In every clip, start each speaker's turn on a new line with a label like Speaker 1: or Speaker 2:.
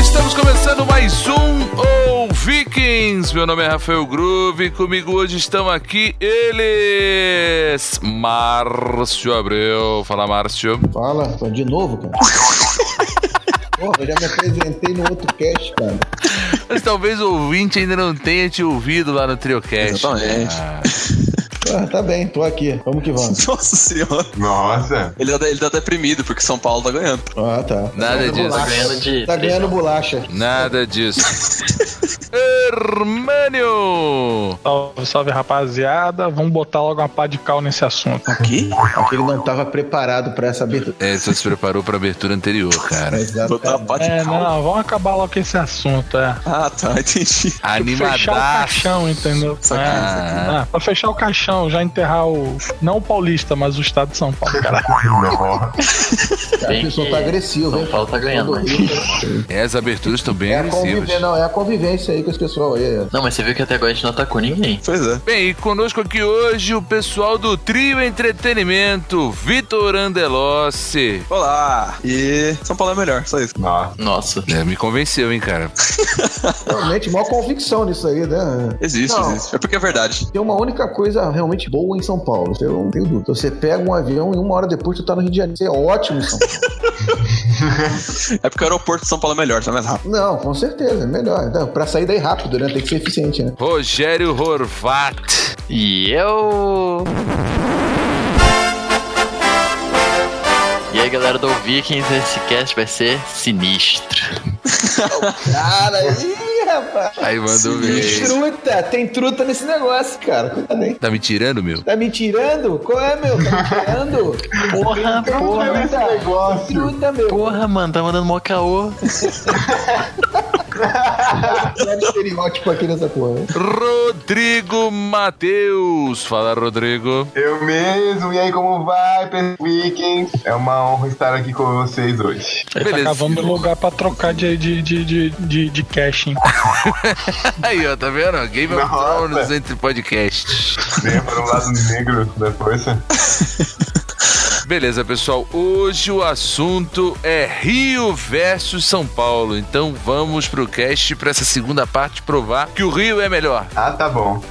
Speaker 1: Estamos começando mais um Oh Vikings. Meu nome é Rafael Groove e comigo hoje estão aqui eles. Márcio Abreu. Fala, Márcio.
Speaker 2: Fala, tô de novo, cara. Porra, eu já me apresentei no outro cast, cara.
Speaker 1: Mas talvez o ouvinte ainda não tenha te ouvido lá no Triocast.
Speaker 3: Exatamente.
Speaker 1: Ah,
Speaker 2: Ah, tá bem, tô aqui. Vamos que vamos.
Speaker 3: Nossa senhora.
Speaker 4: Nossa,
Speaker 3: Ele tá, ele tá deprimido porque São Paulo tá ganhando.
Speaker 2: Ah, tá.
Speaker 1: nada disso.
Speaker 5: ganhando de.
Speaker 2: Tá ganhando bolacha.
Speaker 1: Nada disso. Hermânio!
Speaker 6: Salve, salve rapaziada. Vamos botar logo uma pá de cal nesse assunto.
Speaker 3: Aqui?
Speaker 2: Ele não tava preparado pra essa abertura. tá-
Speaker 1: É, você se preparou pra abertura anterior, cara.
Speaker 2: Exato.
Speaker 3: Botar a pá tá, de
Speaker 6: É,
Speaker 3: cal.
Speaker 6: não, vamos acabar logo com esse assunto, é. Tipo,
Speaker 3: Ah, tá, entendi.
Speaker 6: Fechar o
Speaker 1: Animadaço.
Speaker 6: caixão, entendeu?
Speaker 3: Sacanagem,
Speaker 6: É, é, pra fechar o caixão, já enterrar o. Não o paulista, mas o estado de São Paulo, cara.
Speaker 2: Cara,
Speaker 5: Bem
Speaker 2: o pessoal
Speaker 5: que
Speaker 2: tá agressivo, hein?
Speaker 5: São Paulo tá ganhando,
Speaker 2: Todo
Speaker 5: né?
Speaker 2: mundo-
Speaker 1: É, As aberturas estão bem
Speaker 2: É a
Speaker 1: agressivas.
Speaker 2: convivência, não, é a convivência aí com esse pessoal aí. é.
Speaker 5: Não, mas você viu que até agora a gente não atacou ninguém.
Speaker 3: Pois é.
Speaker 1: Bem, e conosco aqui hoje o pessoal do Trio Entretenimento, Vitor Andelossi.
Speaker 3: Olá! E São Paulo é melhor, só isso.
Speaker 4: nossa.
Speaker 5: Nossa.
Speaker 1: É, me convenceu, hein, cara.
Speaker 2: Realmente, maior convicção nisso aí, né?
Speaker 3: Existe,
Speaker 2: Não.
Speaker 3: existe. É porque é verdade.
Speaker 2: Tem uma única coisa realmente boa em São Paulo, eu não tenho dúvida. Você pega um avião e uma hora depois tu tá no Rio de Janeiro. Isso é ótimo em São Paulo.
Speaker 3: É porque o aeroporto de São Paulo é melhor, tá mais rápido.
Speaker 2: Não, com certeza, é melhor. Então, pra sair daí rápido, né? Tem que ser eficiente, né?
Speaker 1: Rogério Horvat.
Speaker 5: E eu. E aí, galera do Vikings, esse cast vai ser sinistro.
Speaker 2: Cara, ih, rapaz.
Speaker 1: Aí mandou ver.
Speaker 2: Truta, tem truta nesse negócio, cara. Cuidado, hein?
Speaker 1: Tá me tirando, meu?
Speaker 2: Tá me tirando? Qual é, meu? Tá me tirando?
Speaker 5: Porra, porra,
Speaker 2: Truta, Truta, meu.
Speaker 5: porra, mano, tá mandando mó caô.
Speaker 2: Olha o é um estereótipo aqui nessa porra.
Speaker 1: Rodrigo Matheus. Fala, Rodrigo.
Speaker 4: Eu mesmo, e aí como vai, pessoal? Vikings? É uma honra estar aqui com vocês hoje.
Speaker 6: Tá
Speaker 1: Beleza.
Speaker 6: cavando lugar pra trocar de, de, de, de, de, de cash, hein?
Speaker 1: Aí, ó, tá vendo? Game of
Speaker 4: Nossa.
Speaker 1: Thrones entre podcasts.
Speaker 4: Lembra o lado negro da força?
Speaker 1: Beleza, pessoal. Hoje o assunto é Rio versus São Paulo. Então vamos pro cast pra essa segunda parte provar que o Rio é melhor.
Speaker 4: Ah, tá bom.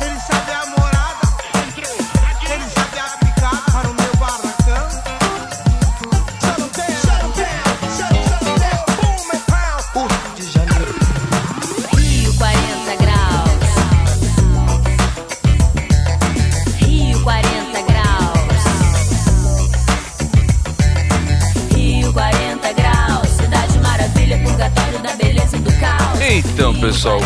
Speaker 7: Ele sabe a morada, ele sabe a picada para o meu barracão. Shut him down, shut him down, shut him, shut him down, boom and pound. O Rio de Janeiro.
Speaker 8: Rio 40 graus. Rio 40 graus. Rio 40 graus. Cidade maravilha, purgatório da beleza e do caos.
Speaker 1: Então, pessoal,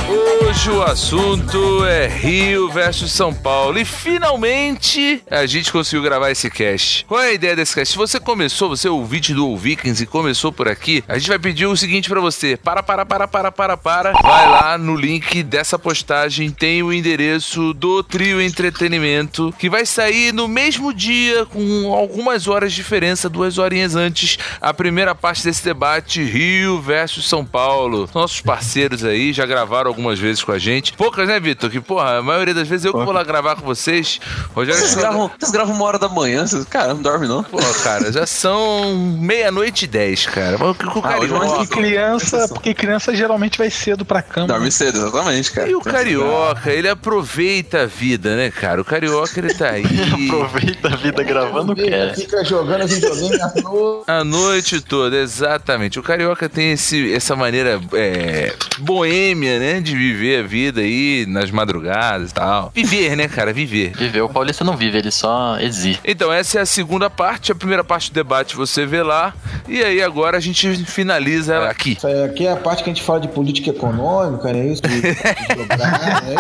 Speaker 1: hoje o assunto é Rio versus São Paulo. E finalmente a gente conseguiu gravar esse cast. Qual é a ideia desse cast? Se você começou, você é ouvinte do Vikings e começou por aqui, a gente vai pedir o seguinte pra você: para, para, para, para, para, para. Vai lá no link dessa postagem, tem o endereço do Trio Entretenimento, que vai sair no mesmo dia, com algumas horas de diferença, duas horinhas antes, a primeira parte desse debate Rio versus São Paulo. Nossos parceiros aí já gravaram algumas vezes com a gente. Poucas, né, Vitor? Que, porra, a maioria das vezes eu que vou lá gravar com vocês. Rogério
Speaker 3: Vocês gravam, vocês gravam uma hora da manhã, vocês, cara, não dorme não.
Speaker 1: Pô, cara, já são meia-noite e dez, cara. Vamos com o
Speaker 3: Ah, hoje
Speaker 1: carioca.
Speaker 3: vamos
Speaker 6: Porque criança, porque criança geralmente vai cedo pra cama.
Speaker 3: Dorme cedo, exatamente, cara.
Speaker 1: E o carioca, ele aproveita a vida, né, cara? O carioca, ele tá aí
Speaker 5: Aproveita a vida gravando o
Speaker 2: Fica-
Speaker 5: cast.
Speaker 2: Fica jogando assim, jogando à noite.
Speaker 1: a noite toda, exatamente. O carioca tem esse, essa maneira é, boêmia, né, de viver a vida aí nas madrugadas e tal. Viver, né, cara? Viver.
Speaker 5: Viveu, o paulista não vive, ele só existe.
Speaker 1: Então, essa é a segunda parte. A primeira parte do debate você vê lá. E aí, agora a gente finaliza ela aqui.
Speaker 2: Isso aí Aqui é a parte que a gente fala de política econômica, né? Isso que que dobrar, né?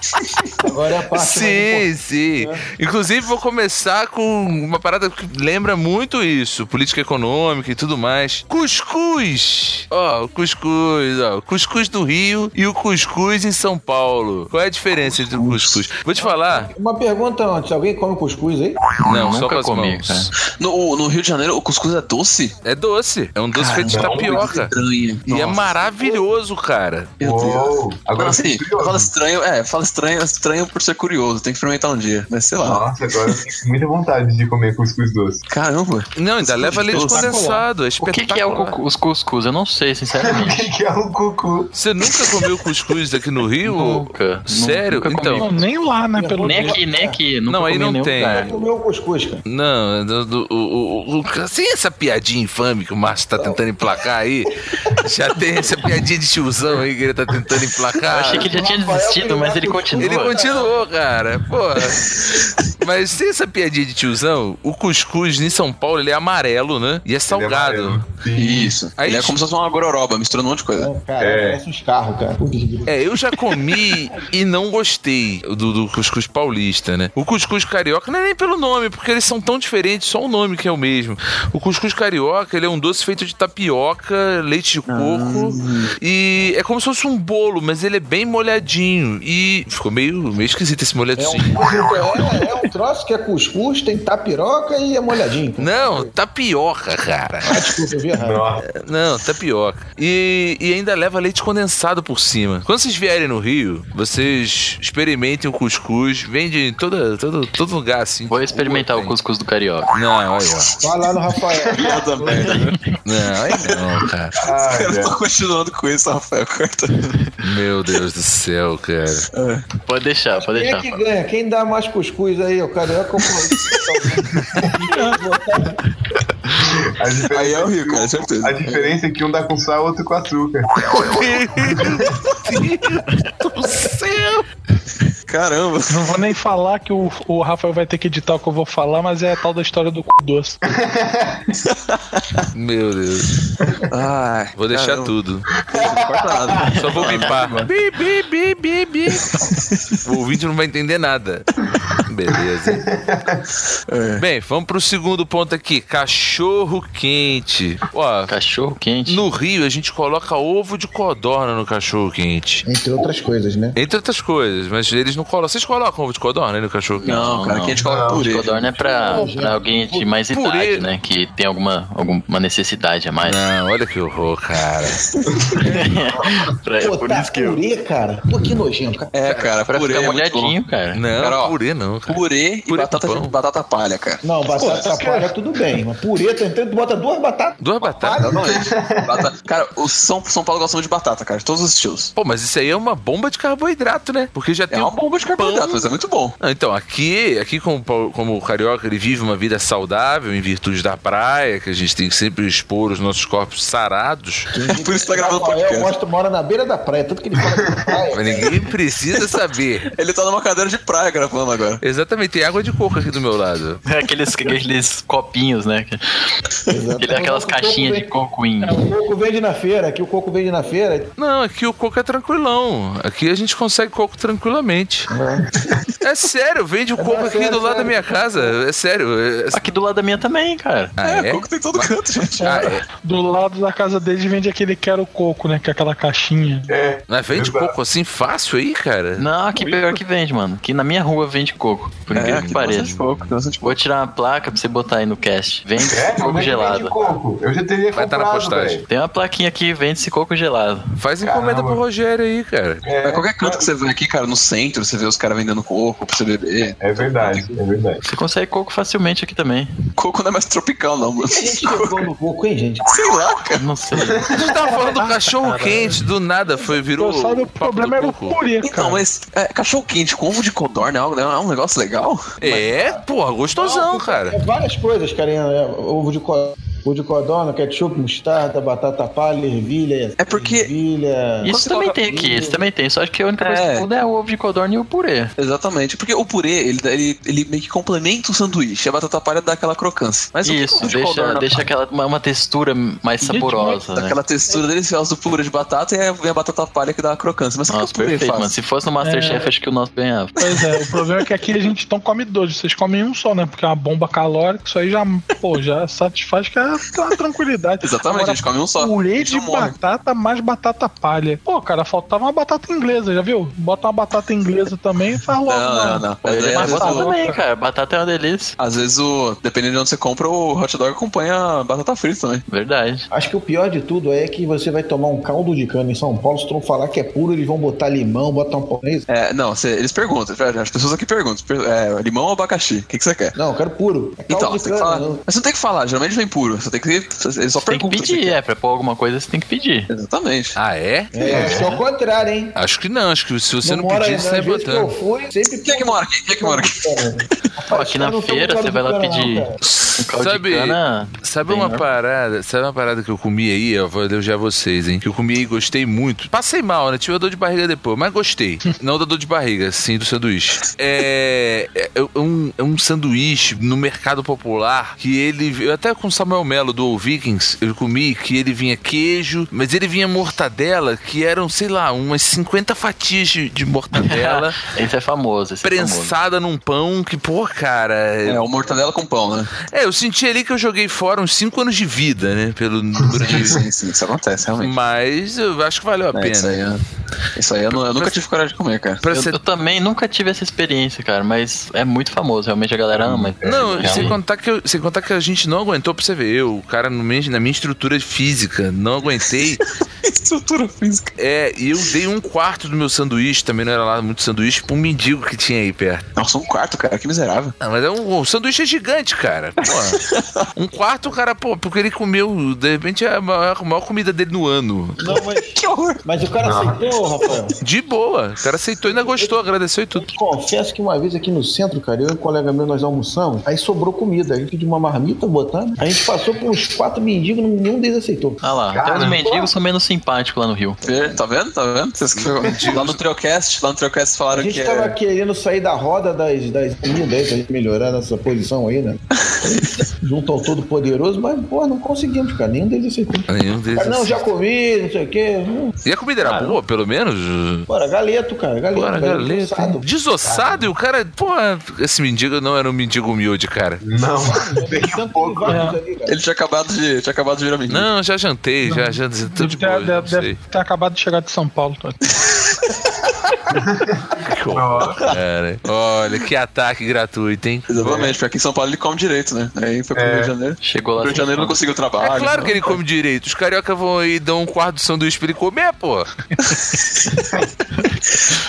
Speaker 2: Isso. Agora é a parte mais né?
Speaker 1: Sim, sim. Inclusive, vou começar com uma parada que lembra muito isso: política econômica e tudo mais. Cuscuz! Ó, o cuscuz, ó. o Cuscuz do Rio e o cuscuz em São Paulo. Qual é a diferença entre o cuscuz? Vou te falar.
Speaker 2: Uma pergunta antes, alguém come cuscuz aí?
Speaker 1: Não, só
Speaker 5: Nunca
Speaker 1: com as
Speaker 5: comi,
Speaker 1: mãos.
Speaker 3: No, no Rio de Janeiro, o cuscuz é doce?
Speaker 1: É doce. É um doce feito de
Speaker 3: Caramba, que
Speaker 1: tapioca.
Speaker 3: Estranho.
Speaker 1: E é
Speaker 3: Nossa,
Speaker 1: maravilhoso, cara.
Speaker 3: Meu Deus.
Speaker 4: Uou, agora né?
Speaker 3: Agora
Speaker 4: eu
Speaker 3: sim,
Speaker 4: fiquei curioso.
Speaker 3: fala estranho, é, fala estranho, estranho por ser curioso, tem que experimentar um dia, mas sei lá.
Speaker 4: Nossa, agora eu fiquei com muita vontade de comer cuscuz doce.
Speaker 3: Caramba.
Speaker 1: Não, ainda
Speaker 3: Cuscuz
Speaker 1: leva leite
Speaker 3: doce.
Speaker 1: condensado. É
Speaker 5: O que, que é o
Speaker 1: espetacular.
Speaker 5: cu- os cuscuz? Eu não sei,
Speaker 4: O
Speaker 5: sinceramente.
Speaker 4: que, que é o cucu?
Speaker 1: Você nunca comeu cuscuz aqui no Rio?
Speaker 5: nunca.
Speaker 1: Sério?
Speaker 5: Nunca
Speaker 1: Então,
Speaker 6: Não,
Speaker 5: comi.
Speaker 6: nem lá, né? Pelo
Speaker 5: Nem
Speaker 6: menos.
Speaker 5: aqui, nem aqui. Nunca
Speaker 1: Não, aí
Speaker 5: comi em
Speaker 1: não
Speaker 5: nenhum
Speaker 1: tem.
Speaker 5: lugar.
Speaker 2: Comeu cuscuz, cara.
Speaker 1: Não, do, do- o, o, o- sem essa piadinha infame que o Márcio tá tentando emplacar aí. já tem essa piadinha de tiozão aí que ele tá tentando
Speaker 5: Eu
Speaker 1: emplacar.
Speaker 5: achei que ele já tinha
Speaker 2: Rafael
Speaker 5: desistido, mas ele
Speaker 2: Pilato-
Speaker 5: continua.
Speaker 1: Ele continuou, cara. Porra. Mas sem essa piadinha de tiozão, o cuscuz em São Paulo ele é amarelo, né? E é
Speaker 3: um
Speaker 4: Ele é
Speaker 1: salgado.
Speaker 4: amarelo. Sim.
Speaker 3: Isso.
Speaker 1: Aí-
Speaker 3: Ele é como se fosse uma gororoba, misturando um monte de coisa.
Speaker 2: Então, Cara,
Speaker 4: É.
Speaker 2: parece uns carros, cara. Puta que-
Speaker 1: É, eu já comi e não gostei do, do cuscuz paulista, né? O cuscuz carioca não é nem pelo nome, porque eles são tão diferentes, só o nome que é o mesmo. O cuscuz carioca, ele é um doce feito de tapioca, leite de coco e é como se fosse um bolo, mas ele é bem molhadinho e ficou meio, meio esquisito esse
Speaker 2: É um,
Speaker 1: molhadinho.
Speaker 2: é, é um troço que é cuscuz, tem tapiroca e é molhadinho. cara.
Speaker 1: Não, tapioca, cara.
Speaker 2: Ah, desculpa, eu vi errado.
Speaker 4: Nossa,
Speaker 1: Não, tapioca. E, e ainda leva leite condensado por cima. Quando vocês vierem no Rio, vocês experimentem o cuscuz. Vende em toda, todo, todo lugar, assim.
Speaker 5: Vou experimentar o
Speaker 1: Tem.
Speaker 5: cuscuz do carioca.
Speaker 1: Não, olha lá.
Speaker 2: Vai lá no Rafael.
Speaker 3: né?
Speaker 1: Não, aí não, cara.
Speaker 4: ah,
Speaker 3: Eu
Speaker 4: é.
Speaker 3: tô continuando com isso, Rafael, corta.
Speaker 1: Meu Deus do céu, cara.
Speaker 5: Pode deixar, pode
Speaker 2: Quem
Speaker 5: deixar.
Speaker 2: é que ganha? Quem dá mais cuscuz aí? O carioca ou o paulista?
Speaker 4: a diferença,
Speaker 3: Aí é o Rio, cara, certeza.
Speaker 4: a diferença é que um dá com sal, outro com açúcar.
Speaker 1: Do céu!
Speaker 3: Caramba.
Speaker 6: Não vou nem falar que o, o Rafael vai ter que editar o que eu vou falar, mas é a tal da história do cu doce.
Speaker 1: Meu Deus.
Speaker 3: Ai,
Speaker 1: Vou deixar
Speaker 3: caramba.
Speaker 1: tudo.
Speaker 3: Não corta nada.
Speaker 1: Só vou bipar. Bi, bi, bi, bi, bi. O ouvinte não vai entender nada. Beleza.
Speaker 3: É.
Speaker 1: Bem, vamos pro segundo ponto aqui. Cachorro quente. Ó,
Speaker 5: Cachorro quente.
Speaker 1: no Rio a gente coloca ovo de codorna no cachorro quente.
Speaker 2: Entre outras coisas, né?
Speaker 1: Entre outras coisas, mas eles não colocam. Vocês colocam ovo de codorna aí no cachorro quente?
Speaker 3: Não, cara,
Speaker 5: não.
Speaker 3: aqui a gente coloca
Speaker 5: O
Speaker 3: purê.
Speaker 5: codorna é pra, pra alguém de mais
Speaker 1: Purê.
Speaker 5: idade, né? Que tem alguma, alguma necessidade a mais.
Speaker 1: Não, olha que horror, cara.
Speaker 5: Pra-
Speaker 2: Pô,
Speaker 5: por
Speaker 2: tá
Speaker 5: isso que eu.
Speaker 2: purê, cara. Pô, que nojento, cara.
Speaker 3: É, cara,
Speaker 5: Pra
Speaker 3: purê
Speaker 5: ficar
Speaker 3: é muito bom.
Speaker 5: molhadinho, cara.
Speaker 1: Não,
Speaker 3: Cara, ó,
Speaker 1: purê não, cara.
Speaker 3: Purê, e
Speaker 1: Purê
Speaker 3: batata,
Speaker 1: com pão.
Speaker 3: batata palha, cara.
Speaker 2: Não, batata palha tudo bem, mas purê, tu entra, tu bota duas batatas.
Speaker 1: Duas batatas?
Speaker 3: Exatamente. é Batata- Cara, o São, São Paulo gosta muito de batata, cara, de todos os estilos.
Speaker 1: Pô, mas isso aí é uma bomba de carboidrato, né? Porque já
Speaker 3: É
Speaker 1: tem
Speaker 3: uma
Speaker 1: o
Speaker 3: bomba de carboidrato, mas é muito bom.
Speaker 1: Ah, então, aqui, aqui como, o pau- como o carioca ele vive uma vida saudável em virtude da praia, que a gente tem que sempre expor os nossos corpos sarados,
Speaker 3: Por isso tá gravando
Speaker 2: Rafael
Speaker 3: podcast.
Speaker 2: mostra, mora na beira da praia, tanto que ele fala que é praia.
Speaker 1: mas ninguém precisa saber.
Speaker 3: Ele tá numa cadeira de praia gravando agora.
Speaker 1: Exatamente, tem água de coco aqui do meu lado.
Speaker 5: É Aqueles, aqueles copinhos, né? Aquele- Aquelas caixinhas de coco em.
Speaker 2: É, O coco vende na feira, aqui o coco vende na feira.
Speaker 1: Não, aqui o coco é tranquilão. Aqui a gente consegue coco tranquilamente. É sério, vende o coco aqui
Speaker 2: sério,
Speaker 1: do lado da
Speaker 2: sério.
Speaker 1: minha casa. É sério. é- é-
Speaker 5: Aqui do lado da minha também, cara.
Speaker 1: Ah,
Speaker 3: é,
Speaker 1: é?
Speaker 3: coco tem todo canto, gente.
Speaker 1: Ah, é?
Speaker 6: Do lado da casa deles vende aquele quero coco, né? Que é aquela caixinha.
Speaker 4: É,
Speaker 1: Mas vende coco assim fácil aí, cara?
Speaker 5: Não, aqui pior que vende, mano. Aqui na minha rua vende coco. Por incrível É, que
Speaker 3: aqui tem É,
Speaker 5: pareça.
Speaker 3: bastante coco, tem bastante coco.
Speaker 5: Vou tirar uma placa pra você botar aí no cast. Vende
Speaker 4: é
Speaker 5: coco
Speaker 4: mas
Speaker 5: gelado.
Speaker 4: de coco. Eu já teria
Speaker 1: Vai tá na
Speaker 4: comprado,
Speaker 1: postagem.
Speaker 4: velho.
Speaker 5: Tem uma plaquinha aqui, vende esse coco gelado.
Speaker 1: Faz encomenda
Speaker 4: Caramba.
Speaker 1: pro Rogério aí, cara.
Speaker 4: É,
Speaker 3: Mas qualquer canto que você vê aqui, cara, no centro, você vê os caras vendendo coco pra você beber.
Speaker 4: é verdade, é verdade.
Speaker 5: Você consegue coco facilmente aqui também.
Speaker 3: Coco não é mais tropical, não, mano.
Speaker 2: A gente chegou no coco, hein, gente?
Speaker 3: Sei lá, cara.
Speaker 5: Não sei.
Speaker 1: A gente tava falando do cachorro quente, do nada foi, virou.
Speaker 6: Eu só Então, o
Speaker 1: papo do
Speaker 6: problema era o
Speaker 1: coco.
Speaker 6: purê, cara.
Speaker 3: Então, mas é, cachorro quente com ovo de codorna é algo- é um negócio legal?
Speaker 1: É, porra, gostosão,
Speaker 2: É
Speaker 1: cara.
Speaker 2: várias coisas, carinha. É, ovo de codorna, O de codorna, ketchup, mostarda, batata palha, ervilha.
Speaker 3: É porque-
Speaker 2: Ervilha.
Speaker 3: Quando
Speaker 5: Isso
Speaker 3: você
Speaker 5: também
Speaker 3: coloca-
Speaker 5: tem aqui, isso também tem. Só que a única coisa
Speaker 3: É.
Speaker 5: que muda é o ovo de codorna e o purê.
Speaker 3: Exatamente, porque o purê, ele, dá- ele, ele meio que complementa o sanduíche, a batata palha dá aquela crocância. Mas o que
Speaker 5: isso,
Speaker 3: o de
Speaker 5: deixa,
Speaker 3: codorna
Speaker 5: deixa aquela, uma, uma textura mais
Speaker 6: Gente,
Speaker 5: saborosa.
Speaker 3: dá
Speaker 5: né?
Speaker 3: Aquela textura deliciosa do purê de batata e a, e a batata palha que dá a crocância. Mas o
Speaker 5: Nossa,
Speaker 3: que o purê
Speaker 5: perfeito,
Speaker 3: faz?
Speaker 5: mano. Se fosse no Masterchef, acho que o nosso ganhava.
Speaker 6: Pois é, o problema é que aqui a gente não come dois, vocês comem um só, né? Porque é uma bomba calórica, isso aí já, pô, já satisfaz que é uma tranquilidade.
Speaker 3: Exatamente,
Speaker 6: Agora,
Speaker 3: a gente come um só.
Speaker 6: Purê
Speaker 3: Eles
Speaker 6: de
Speaker 3: não morrem.
Speaker 6: batata mais batata palha. Pô, cara, faltava uma batata inglesa, já viu? Bota uma batata inglesa também e faz logo.
Speaker 3: Não, não,
Speaker 6: mano.
Speaker 3: não.
Speaker 5: Mas
Speaker 3: Mas
Speaker 5: é
Speaker 3: é, às,
Speaker 5: batata
Speaker 3: vezes, o-
Speaker 5: também, cara. Batata é uma delícia.
Speaker 3: às vezes o. Dependendo de onde você compra, o hot dog acompanha a batata frita né? também.
Speaker 5: Verdade.
Speaker 2: Acho que o pior de tudo é que você vai tomar um caldo de cana em São Paulo, se tu não falar que é puro, eles vão botar limão, botar um polonês.
Speaker 3: É, não, você- eles perguntam, as pessoas aqui perguntam, per- é, limão ou abacaxi? O que, que você quer?
Speaker 2: Não, eu quero puro. É caldo
Speaker 3: Então,
Speaker 2: de
Speaker 3: você tem que
Speaker 2: cana.
Speaker 3: falar.
Speaker 2: não.
Speaker 3: Mas você não tem que falar, geralmente vem puro. Você tem que. Eles só
Speaker 5: Tem que
Speaker 3: perguntam.
Speaker 5: pedir, é. Pra pôr alguma coisa, você tem que pedir.
Speaker 3: Exatamente.
Speaker 1: Ah, é?
Speaker 2: É, acho que é o contrário, hein?
Speaker 1: Acho que não, acho que se você não,
Speaker 2: mora
Speaker 1: pedir,
Speaker 2: aí,
Speaker 1: você tá
Speaker 2: né? Às vezes que eu
Speaker 1: botando.
Speaker 2: fui, sempre. um
Speaker 3: Quem é que mora aqui? Quem é que mora aqui?
Speaker 5: Pô, aqui na
Speaker 2: Eu não tomo
Speaker 5: feira,
Speaker 2: caldo
Speaker 5: você
Speaker 2: de
Speaker 5: vai lá
Speaker 2: cana, não,
Speaker 5: pedir
Speaker 2: cara.
Speaker 5: um caldo
Speaker 1: Sabe-
Speaker 5: de cana.
Speaker 1: Sabe
Speaker 5: Bem
Speaker 1: uma
Speaker 5: normal.
Speaker 1: parada? Sabe uma parada que eu comi aí? Eu vou elogiar vocês, hein? Que eu comi aí e gostei muito. Passei mal, né? Tive a dor de barriga depois, mas gostei. Não da dor de barriga, sim do sanduíche. É. É é um, é um sanduíche no mercado popular que ele. Eu até com o Samuel Melo do Vikings, eu comi que ele vinha queijo, mas ele vinha mortadela, que eram, sei lá, umas 50 fatias de, de mortadela
Speaker 5: Esse é famoso, esse é famoso.
Speaker 1: prensada num pão. Que, pô, cara.
Speaker 3: É, o mortadela com pão, né?
Speaker 1: É, eu senti ali que eu joguei fora uns 5 anos de vida, né? Pelo número
Speaker 3: Sim,
Speaker 1: de.
Speaker 3: sim, sim, isso acontece, realmente.
Speaker 1: Mas eu acho que valeu a
Speaker 3: É, isso
Speaker 1: Hum, pena.
Speaker 3: aí, é- isso aí eu, nu- eu nunca tive coragem de comer, cara.
Speaker 1: Pra
Speaker 5: Eu,
Speaker 1: você-
Speaker 5: eu também nunca tive essa experiência, cara, mas é muito famoso, realmente a galera ama.
Speaker 3: É,
Speaker 1: Não, tipo,
Speaker 5: Realmente.
Speaker 1: sem contar, que eu- sem contar que a gente não aguentou pra você ver. Eu, o cara, no meu- na minha estrutura física, não aguentei.
Speaker 3: Estrutura física.
Speaker 1: é, e eu dei um quarto do meu sanduíche, também não era lá muito sanduíche, pra um mendigo que tinha aí perto.
Speaker 3: Nossa, um quarto, cara, que miserável.
Speaker 1: Ah, mas é um, o sanduíche é gigante, cara. Porra. um quarto, o cara, pô, porque ele comeu, de repente, é a maior, a maior comida dele no ano.
Speaker 2: Não, mas,
Speaker 3: Que horror!
Speaker 2: mas o cara aceitou, Rafael.
Speaker 1: De boa. O cara aceitou, ainda gostou, agradeceu e tudo.
Speaker 2: Confesso que uma vez aqui no centro, cara, eu e um colega meu, nós almoçamos, aí sobrou comida. A gente pediu uma marmita botando, a gente passou por uns quatro mendigos, nenhum deles aceitou.
Speaker 5: Ah lá, até os
Speaker 4: Caramba.
Speaker 5: mendigos são menos simpáticos lá no Rio.
Speaker 3: Ver- Tá vendo? Tá vendo? Vocês que- lá no Triocast, lá no Triocast
Speaker 2: A
Speaker 3: falaram
Speaker 2: gente
Speaker 3: que
Speaker 2: tava
Speaker 3: é.
Speaker 2: querendo sair da roda das, das comidas aí, pra gente melhorar nossa posição aí, né? Junto ao Todo Poderoso, mas, pô, não conseguimos, cara. Nenhum deles aceitou.
Speaker 1: Nenhum deles.
Speaker 2: Cara, não, já comi, não sei o quê. Hum,
Speaker 1: E a comida
Speaker 6: Ah,
Speaker 1: era boa, pelo menos?
Speaker 2: Bora, galeto, cara. Galeto,
Speaker 1: Bora,
Speaker 2: cara,
Speaker 1: galeta.
Speaker 2: cansado.
Speaker 1: Desossado e o cara. Porra, esse mendigo não era um mendigo humilde, cara.
Speaker 6: Uhum.
Speaker 4: Não, tem um
Speaker 2: Tanto
Speaker 4: pouco.
Speaker 2: vários ali, cara.
Speaker 3: Ele tinha acabado de, tinha acabado de virar menino.
Speaker 1: Não, já jantei, já jantei. Tô de
Speaker 6: Deve ter,
Speaker 1: boa, já não
Speaker 6: deve- deve
Speaker 1: sei.
Speaker 6: ter acabado de chegar de São Paulo. Tá?
Speaker 1: Que horror, cara. Olha, que ataque gratuito, hein?
Speaker 3: Exatamente, porque aqui em São Paulo ele come direito, né? Aí foi pro
Speaker 6: É.
Speaker 3: Rio de Janeiro.
Speaker 5: Chegou lá.
Speaker 3: Rio de
Speaker 5: sem
Speaker 3: Janeiro não
Speaker 5: fome.
Speaker 3: conseguiu trabalho.
Speaker 1: É claro que ele come direito. Os carioca vão aí e dão um quarto do sanduíche pra ele comer, pô.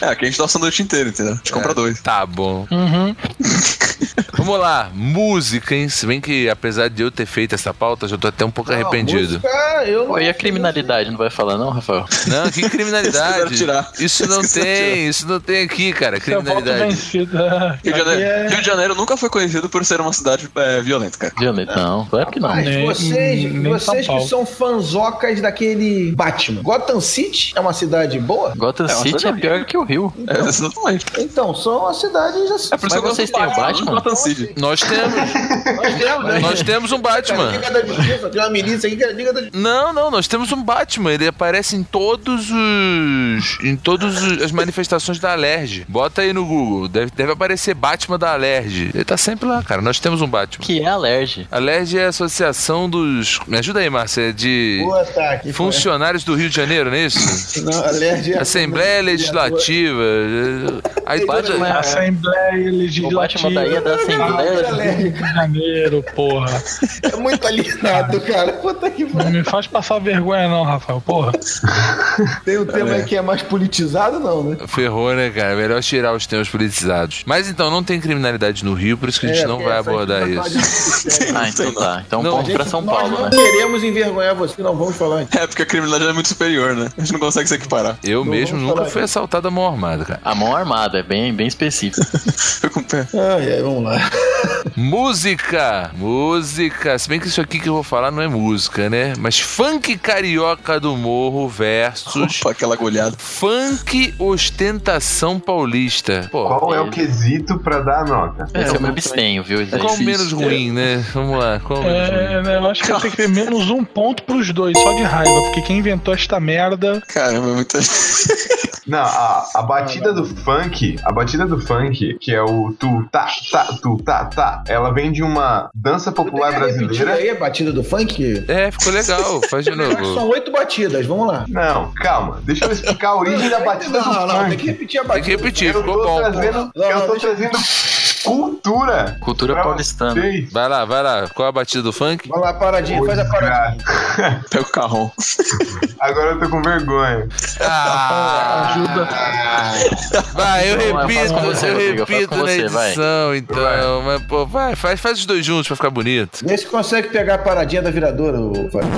Speaker 3: É, aqui a gente dá o sanduíche inteiro, entendeu? A gente
Speaker 6: É.
Speaker 3: compra dois.
Speaker 1: Tá bom.
Speaker 6: Uhum.
Speaker 1: Vamos lá, música, hein? Se bem que apesar de eu ter feito essa pauta, já tô até um pouco arrependido.
Speaker 2: Música, eu não-
Speaker 5: Pô, e a criminalidade, não vai falar não, Rafael?
Speaker 1: Não, que criminalidade.
Speaker 3: Esqueceram de tirar.
Speaker 1: Isso não
Speaker 3: Esqueceram de
Speaker 1: tem, isso não tem aqui, cara.
Speaker 6: Seu voto
Speaker 1: Criminalidade.
Speaker 6: vencido.
Speaker 3: Rio de,
Speaker 6: Aqui
Speaker 3: Janeiro,
Speaker 6: é-
Speaker 3: Rio de Janeiro nunca foi conhecido por ser uma cidade é, violenta, cara.
Speaker 5: Violeta, não, claro que não.
Speaker 2: Mas
Speaker 6: Nem-
Speaker 2: vocês,
Speaker 6: nem em São
Speaker 2: vocês
Speaker 6: Paulo.
Speaker 2: que são fanzocas daquele Batman. Gotham City é uma cidade boa?
Speaker 5: Gotham
Speaker 3: É,
Speaker 5: City é
Speaker 3: Gotham
Speaker 5: pior que o Rio.
Speaker 3: É, exatamente.
Speaker 2: Então, são as cidades assim.
Speaker 3: É por isso que eu
Speaker 5: Mas
Speaker 3: gosto
Speaker 5: vocês
Speaker 3: do
Speaker 5: têm o
Speaker 3: Batman,
Speaker 5: Batman?
Speaker 3: não do Gotham
Speaker 6: Então, assim-
Speaker 3: City.
Speaker 1: Nós temos.
Speaker 2: Nós temos, né?
Speaker 1: Nós temos um
Speaker 2: Cara,
Speaker 1: Batman.
Speaker 2: Liga da Justiça, tem uma milícia aqui que é Liga da Justiça.
Speaker 1: Não, não, nós temos um Batman. Ele aparece em todos os. em todas os- as manifestações da Alerj. Bota aí no Google. Deve, deve aparecer Batman da Alerj. Ele tá sempre lá, cara. Nós temos um Batman.
Speaker 5: Que é alerge.
Speaker 1: A Alerj é a associação dos. Me ajuda aí, Márcia. é De.
Speaker 2: Boa, tá. aqui,
Speaker 1: Funcionários do Rio de Janeiro, não é isso?
Speaker 2: foi. Não, a LERJ é-
Speaker 1: Assembleia Legislativa. eh, Aí
Speaker 5: Batman
Speaker 1: toda...
Speaker 5: é-
Speaker 6: Assembleia
Speaker 5: O Batman daí é
Speaker 6: Legislativa.
Speaker 5: da
Speaker 2: Assembleia
Speaker 5: Assembleia.
Speaker 6: Rio de Janeiro, porra.
Speaker 2: É muito alienado, cara. Puta que
Speaker 6: Não
Speaker 2: pariu.
Speaker 6: me faz passar vergonha, não, Rafael. Porra.
Speaker 2: Tem um tema aí que é mais politizado, não, né?
Speaker 1: Ferrou, né, cara? Melhor tirar os temas politizados. Mas então, não tem criminalidade no Rio, por isso que
Speaker 2: É,
Speaker 1: a gente não vai abordar isso.
Speaker 5: Ah, então tá. Então
Speaker 1: Não,
Speaker 5: ponto pra São Paulo,
Speaker 2: Nós não
Speaker 5: né?
Speaker 2: queremos envergonhar você, não vamos falar antes.
Speaker 3: É, porque a criminalidade é muito superior, né? A gente não consegue se equiparar.
Speaker 1: Eu
Speaker 2: Não
Speaker 1: mesmo
Speaker 2: vamos
Speaker 1: nunca
Speaker 2: falar
Speaker 1: fui assaltado à mão armada, cara.
Speaker 5: A mão armada, é bem, bem específico.
Speaker 2: então.
Speaker 3: Foi com o pé.
Speaker 2: Ai, ai, vamos lá.
Speaker 1: música! Música! Se bem que isso aqui que eu vou falar não é música, né? Mas funk carioca do morro versus
Speaker 3: Opa, aquela agulhada.
Speaker 1: funk ostentação paulista. Pô,
Speaker 4: Qual é o quesito pra dar a nota?
Speaker 5: É, eu me abstenho, viu? gente?
Speaker 1: qual o
Speaker 3: difícil.
Speaker 1: menos ruim, né? Vamos lá, qual o menos ruim?
Speaker 6: É, né, eu acho que tem que ter menos um ponto pros dois, só de raiva, porque quem inventou esta merda.
Speaker 3: Caramba, é muita.
Speaker 4: Não, a, a batida do funk, a batida do funk, que é o tu tá tá tu tá tá, ela vem de uma dança popular
Speaker 2: Repetindo
Speaker 4: brasileira.
Speaker 2: aí a batida do funk.
Speaker 1: É, ficou legal. Faz de novo.
Speaker 2: São oito batidas, vamos lá.
Speaker 4: Não, calma, deixa eu explicar a origem da batida do
Speaker 2: Não, não, tem que
Speaker 4: funk.
Speaker 2: repetir a
Speaker 1: Tem que
Speaker 2: batida.
Speaker 1: repetir,
Speaker 4: Eu
Speaker 1: ficou
Speaker 4: tô
Speaker 1: bom.
Speaker 4: trazendo,
Speaker 2: Não,
Speaker 4: eu tô
Speaker 2: deixa-
Speaker 4: trazendo cultura.
Speaker 5: Cultura
Speaker 4: pra
Speaker 5: paulistana.
Speaker 4: vocês.
Speaker 1: Vai lá, vai lá. Qual a batida do funk?
Speaker 2: Vai lá, paradinha, faz a paradinha.
Speaker 3: Pega o carrão.
Speaker 4: Ah, Agora eu tô com vergonha.
Speaker 1: Ah, vai, eu
Speaker 5: Então, vai, faz
Speaker 1: repito,
Speaker 5: com você,
Speaker 1: eu
Speaker 5: Rodrigo, faz
Speaker 1: repito
Speaker 5: com
Speaker 1: na
Speaker 5: você, vai.
Speaker 1: edição, então. Mas, pô, vai, faz, faz os dois juntos pra ficar bonito.
Speaker 2: Vê se consegue pegar a paradinha da viradora. ô, Fábio.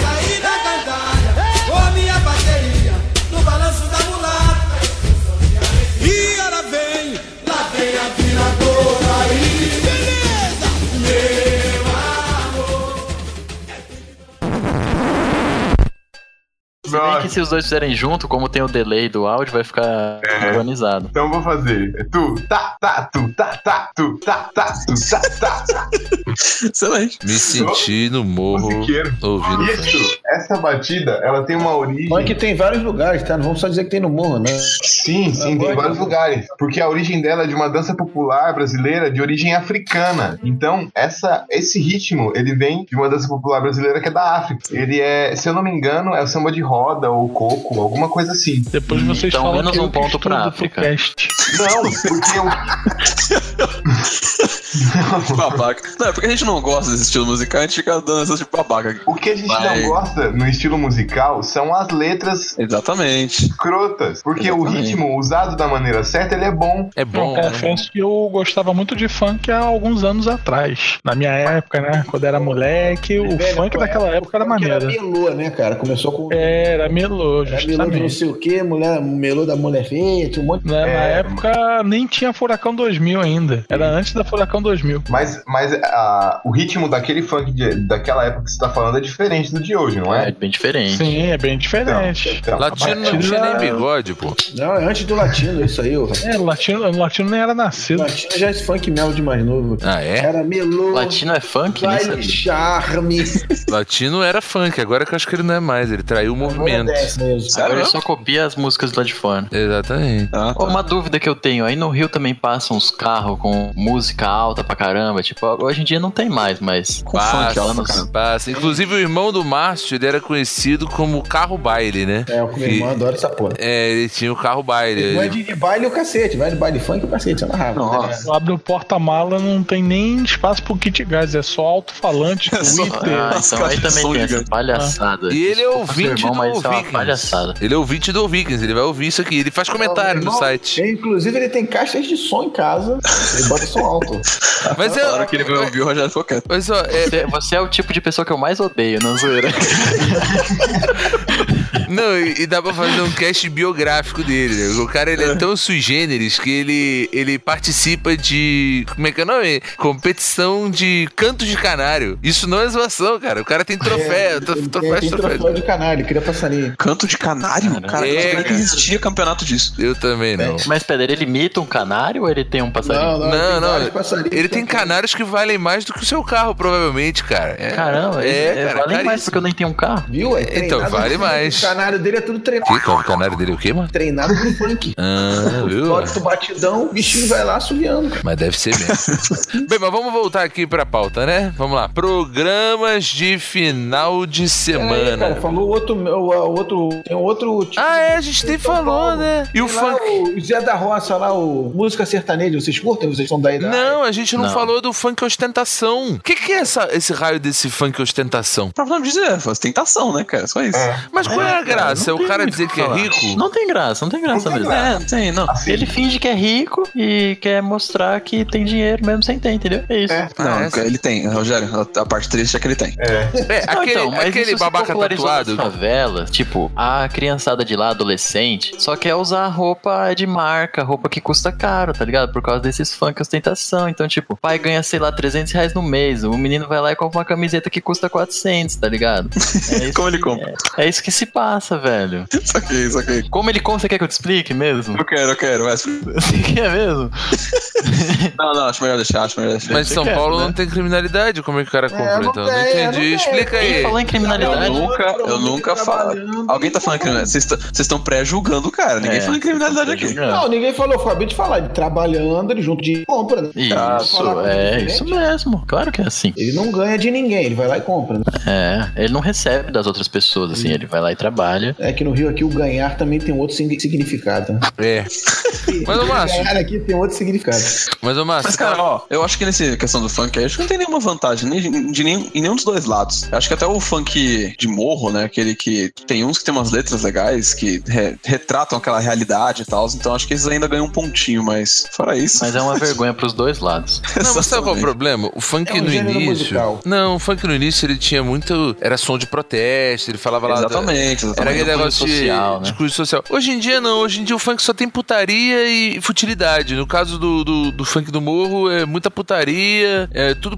Speaker 7: Saí da gandaia com a minha bateria no balanço da mulata. E ela vem, lá vem a viradora aí. Beleza!
Speaker 5: Se bem que se os dois fizerem junto, como tem o delay do áudio, vai ficar organizado.
Speaker 4: Então eu vou fazer. É Tu tá tá tu tá tá tu tá tá tu tá tá.
Speaker 3: Excelente.
Speaker 1: Me senti no morro
Speaker 4: Musiqueiro.
Speaker 1: ouvindo funk.
Speaker 4: Isso, essa batida, ela tem uma origem.
Speaker 2: Funk tem vários lugares, tá? Não vamos só dizer que tem no morro, né?
Speaker 4: Sim, sim, tem vários lugares. Porque a origem dela é de uma dança popular brasileira de origem africana. Então, essa, esse ritmo, ele vem de uma dança popular brasileira que é da África. Ele é, se eu não me engano, é o samba de roda ou coco, alguma coisa assim.
Speaker 6: Depois vocês
Speaker 5: Então,
Speaker 6: falam
Speaker 5: menos
Speaker 6: que eu
Speaker 5: um
Speaker 6: que
Speaker 5: ponto pra
Speaker 6: estudo
Speaker 5: África.
Speaker 6: pro cast.
Speaker 4: Não, porque eu.
Speaker 3: Babaca. Não, é porque a gente não gosta desse estilo musical, a gente fica dando essas de babaca.
Speaker 4: O que a gente
Speaker 3: Vai.
Speaker 4: não gosta no estilo musical são as letras
Speaker 3: Exatamente.
Speaker 4: crotas. Porque o
Speaker 3: Exatamente.
Speaker 4: ritmo usado da maneira certa, ele é bom.
Speaker 1: É
Speaker 6: Não,
Speaker 1: bom, né?
Speaker 6: confesso que eu gostava muito de funk há alguns anos atrás. Na minha época, né? Quando era moleque, o
Speaker 2: Velho,
Speaker 6: funk
Speaker 2: qual é?
Speaker 6: daquela época era
Speaker 2: Porque
Speaker 6: maneiro.
Speaker 2: Era melô, né, cara? Começou com.
Speaker 6: Era melô,
Speaker 2: era melô de não
Speaker 6: É, justamente.
Speaker 2: sei o quê, mulher, melô da mulher feia, tinha um monte de.
Speaker 6: Né, Na
Speaker 4: É,
Speaker 6: época nem tinha Furacão 2000 ainda. Era antes da Furacão 2000.
Speaker 4: Mas, mas ah, o ritmo daquele funk de- daquela época que você tá falando é diferente do de hoje, não
Speaker 5: É
Speaker 4: é?
Speaker 5: bem diferente.
Speaker 6: Sim, é bem diferente.
Speaker 4: Então,
Speaker 1: Latino não
Speaker 6: batida-
Speaker 1: tinha
Speaker 2: é-
Speaker 1: nem bigode, pô.
Speaker 2: Não, é antes do latino, isso aí, ô.
Speaker 6: É, o latino, o latino nem era nascido.
Speaker 2: Latino já é esse funk mel de mais novo.
Speaker 1: Ah, é?
Speaker 2: Era melô.
Speaker 5: Latino é funk? Nem
Speaker 2: Baile
Speaker 5: sabia.
Speaker 2: charme.
Speaker 1: Latino era funk, agora que eu acho que ele não é mais, ele traiu o movimento.
Speaker 2: Agora desce mesmo.
Speaker 3: Sério?
Speaker 5: Agora ele só copia as músicas lá de fora.
Speaker 1: Exatamente.
Speaker 3: Ah,
Speaker 5: Ó, Uma dúvida que eu tenho, aí no Rio também passam uns carros com música alta pra caramba, tipo, hoje em dia não tem mais, mas...
Speaker 3: Com funk,
Speaker 1: Passa,
Speaker 3: ela
Speaker 5: anos-
Speaker 1: passa. Inclusive, o irmão do Márcio, ele era conhecido como carro baile, né?
Speaker 2: É, o meu irmão
Speaker 1: Que-
Speaker 2: adora essa porra.
Speaker 1: É, ele tinha o carro baile.
Speaker 2: Irmão é
Speaker 1: Ele-
Speaker 2: de, de baile o cacete, vai de baile funk o cacete, é uma raiva.
Speaker 3: Nossa.
Speaker 6: Tu abre o porta-mala, não tem nem espaço pro kit gás, é só alto-falante,
Speaker 3: É só-
Speaker 6: Twitter.
Speaker 5: Ah, então aí
Speaker 3: As
Speaker 5: também
Speaker 3: caixas
Speaker 5: tem
Speaker 3: são
Speaker 5: essa palhaçada.
Speaker 1: E ele é
Speaker 5: Desculpa, seu
Speaker 1: ouvinte
Speaker 5: irmão,
Speaker 1: do
Speaker 5: mas isso é uma
Speaker 1: Vikings.
Speaker 5: palhaçada.
Speaker 1: Ele é ouvinte do Vikings, ele vai ouvir isso aqui. Ele faz comentário no
Speaker 2: É Irmão,
Speaker 1: site.
Speaker 2: Inclusive, ele tem caixas de som em casa. Ele bota som alto.
Speaker 1: Mas
Speaker 3: Na hora
Speaker 1: é.
Speaker 3: que ele vai ouvir, o Rogério ficou quieto.
Speaker 1: Mas ó, é,
Speaker 5: Você, você é o tipo de pessoa que eu mais odeio, não zoeira.
Speaker 1: não, e e dá pra fazer um cast biográfico dele. né? O cara ele é tão sui generis que ele, ele participa de. Como é que é o nome? Competição de cantos de canário. Isso não é zoação, cara. O cara tem troféu,
Speaker 2: Ele
Speaker 1: tro-
Speaker 2: tem-
Speaker 1: troféu,
Speaker 2: tem troféu
Speaker 1: troféu.
Speaker 2: de canalha, cria passarinho.
Speaker 3: Canto de canário? Cara,
Speaker 1: É,
Speaker 3: eu não sabia que
Speaker 1: cara.
Speaker 3: existia campeonato disso.
Speaker 1: Eu também não.
Speaker 5: Mas pera, ele imita um canário ou ele tem um passarinho?
Speaker 1: Não, não.
Speaker 2: vários passarinhos
Speaker 1: Ele
Speaker 2: que
Speaker 1: tem canários que valem mais do que o seu carro, provavelmente, cara. É,
Speaker 5: Caramba,
Speaker 1: é,
Speaker 5: ele-
Speaker 1: cara,
Speaker 5: vale mais
Speaker 1: caríssimo.
Speaker 5: porque eu nem tenho um carro.
Speaker 2: Viu? É
Speaker 1: Então,
Speaker 2: treinado
Speaker 1: vale
Speaker 2: no funk.
Speaker 1: mais.
Speaker 2: O canário dele é tudo treinado.
Speaker 1: Que? O canário dele é o quê, mano?
Speaker 2: Treinado pro funk.
Speaker 1: Ah, viu?
Speaker 2: Bota o batidão, o bichinho vai lá assoviando.
Speaker 1: Mas deve ser mesmo. Bem, mas vamos voltar aqui pra pauta, né? Vamos lá. Programas de final de
Speaker 2: Peraí,
Speaker 1: semana.
Speaker 2: cara, falou outro, o- o outro. Tem outro tipo.
Speaker 1: ah, é, a gente nem
Speaker 2: São
Speaker 1: falou,
Speaker 2: Paulo.
Speaker 1: né? E o
Speaker 2: Tem lá
Speaker 1: funk.
Speaker 2: O Zé da Roça lá, o Música Sertaneja, vocês curtem? Vocês são daí da
Speaker 1: Não, a gente não,
Speaker 5: Não.
Speaker 1: falou do funk ostentação. O que, que é essa- esse raio desse funk ostentação?
Speaker 3: Pra não dizer, faz tentação, é, né, cara? Só isso.
Speaker 1: Mas qual é a graça
Speaker 5: Não
Speaker 1: o
Speaker 5: tem
Speaker 1: cara
Speaker 5: muito
Speaker 1: dizer
Speaker 5: o
Speaker 1: que é
Speaker 5: falar.
Speaker 1: rico?
Speaker 5: Não tem graça, não tem graça
Speaker 4: Não tem
Speaker 5: mesmo.
Speaker 4: graça.
Speaker 3: É, não tem, não.
Speaker 4: Assim,
Speaker 5: Ele finge que é rico e quer mostrar que tem dinheiro mesmo sem ter, entendeu? É isso.
Speaker 4: É.
Speaker 3: Não,
Speaker 1: essa-
Speaker 3: ele tem, Rogério. A, a parte triste é que ele tem.
Speaker 4: é.
Speaker 1: É,
Speaker 5: Não,
Speaker 1: aquele,
Speaker 5: então, mas
Speaker 1: aquele
Speaker 5: isso se
Speaker 1: babaca
Speaker 5: popularizou nas
Speaker 1: tatuado.
Speaker 5: favelas, tipo, a criançada de lá, adolescente, só quer usar roupa de marca, roupa que custa caro, tá ligado? Por causa desses funk ostentação. Então, tipo, o pai ganha, sei lá, 300 reais no mês, o menino vai lá e compra uma camiseta que custa 400, tá ligado? É isso
Speaker 3: Como ele
Speaker 5: que-
Speaker 3: compra?
Speaker 5: É, é isso que se passa, velho.
Speaker 1: é.
Speaker 3: Saquei, saquei.
Speaker 5: Como ele compra, você quer que eu te explique mesmo?
Speaker 3: Eu quero, eu quero. Mas...
Speaker 5: Você quer mesmo?
Speaker 3: Não, não, acho melhor deixar, acho melhor deixar.
Speaker 1: Mas São
Speaker 5: quer,
Speaker 1: Paulo
Speaker 5: né?
Speaker 1: não tem criminalidade. Como é que o cara compra,
Speaker 2: não
Speaker 1: então?
Speaker 2: tem,
Speaker 1: não
Speaker 2: é, não
Speaker 1: entendi.
Speaker 2: tem.
Speaker 1: Explica
Speaker 5: Quem
Speaker 1: aí.
Speaker 5: falou em
Speaker 3: Eu
Speaker 5: criminalidade?
Speaker 3: nunca, eu nunca falo. Alguém tá falando criminalidade. Vocês tá- vocês estão pré-julgando, cara. Ninguém
Speaker 5: É,
Speaker 3: falando criminalidade
Speaker 5: tá
Speaker 3: aqui.
Speaker 5: julgando.
Speaker 2: Não, ninguém falou, foi acabei de falar, ele trabalhando, ele junto de compra, né?
Speaker 5: Isso, é isso mesmo. Claro que é assim.
Speaker 2: Ele não ganha de ninguém, ele vai lá e compra. né?
Speaker 5: É, ele não recebe das outras pessoas, assim, ele vai lá e trabalha.
Speaker 2: É que no Rio aqui o ganhar também tem outro signi- significado. né?
Speaker 1: É.
Speaker 5: assim.
Speaker 1: Mas, ô Márcio,
Speaker 2: Ganhar aqui tem outro significado.
Speaker 1: mas, ô Márcio,
Speaker 3: Mas, cara, ó, eu acho que nessa questão do funk aí, acho que não tem nenhuma vantagem nem, de nenhum, em nenhum dos dois lados. Eu acho que até o funk de morro, né? Aquele que tem uns que tem umas letras legais que re- retratam aquela realidade e tal. Então acho que esses ainda ganham um pontinho, mas fora isso.
Speaker 5: Mas é uma vergonha pros dois lados.
Speaker 1: Não, mas sabe qual é o problema? O funk
Speaker 2: É um
Speaker 1: no
Speaker 2: gênero
Speaker 1: início.
Speaker 2: musical.
Speaker 1: Não, o funk no início ele tinha muito. Era som de protesto, ele falava lá. da-
Speaker 3: Exatamente, exatamente.
Speaker 1: Era aquele
Speaker 5: cunho
Speaker 1: negócio de,
Speaker 5: social, né?
Speaker 1: de cunho social. Hoje em dia não, hoje em dia o funk só tem putaria e futilidade. No caso do, do, do funk do morro, é muita putaria, é tudo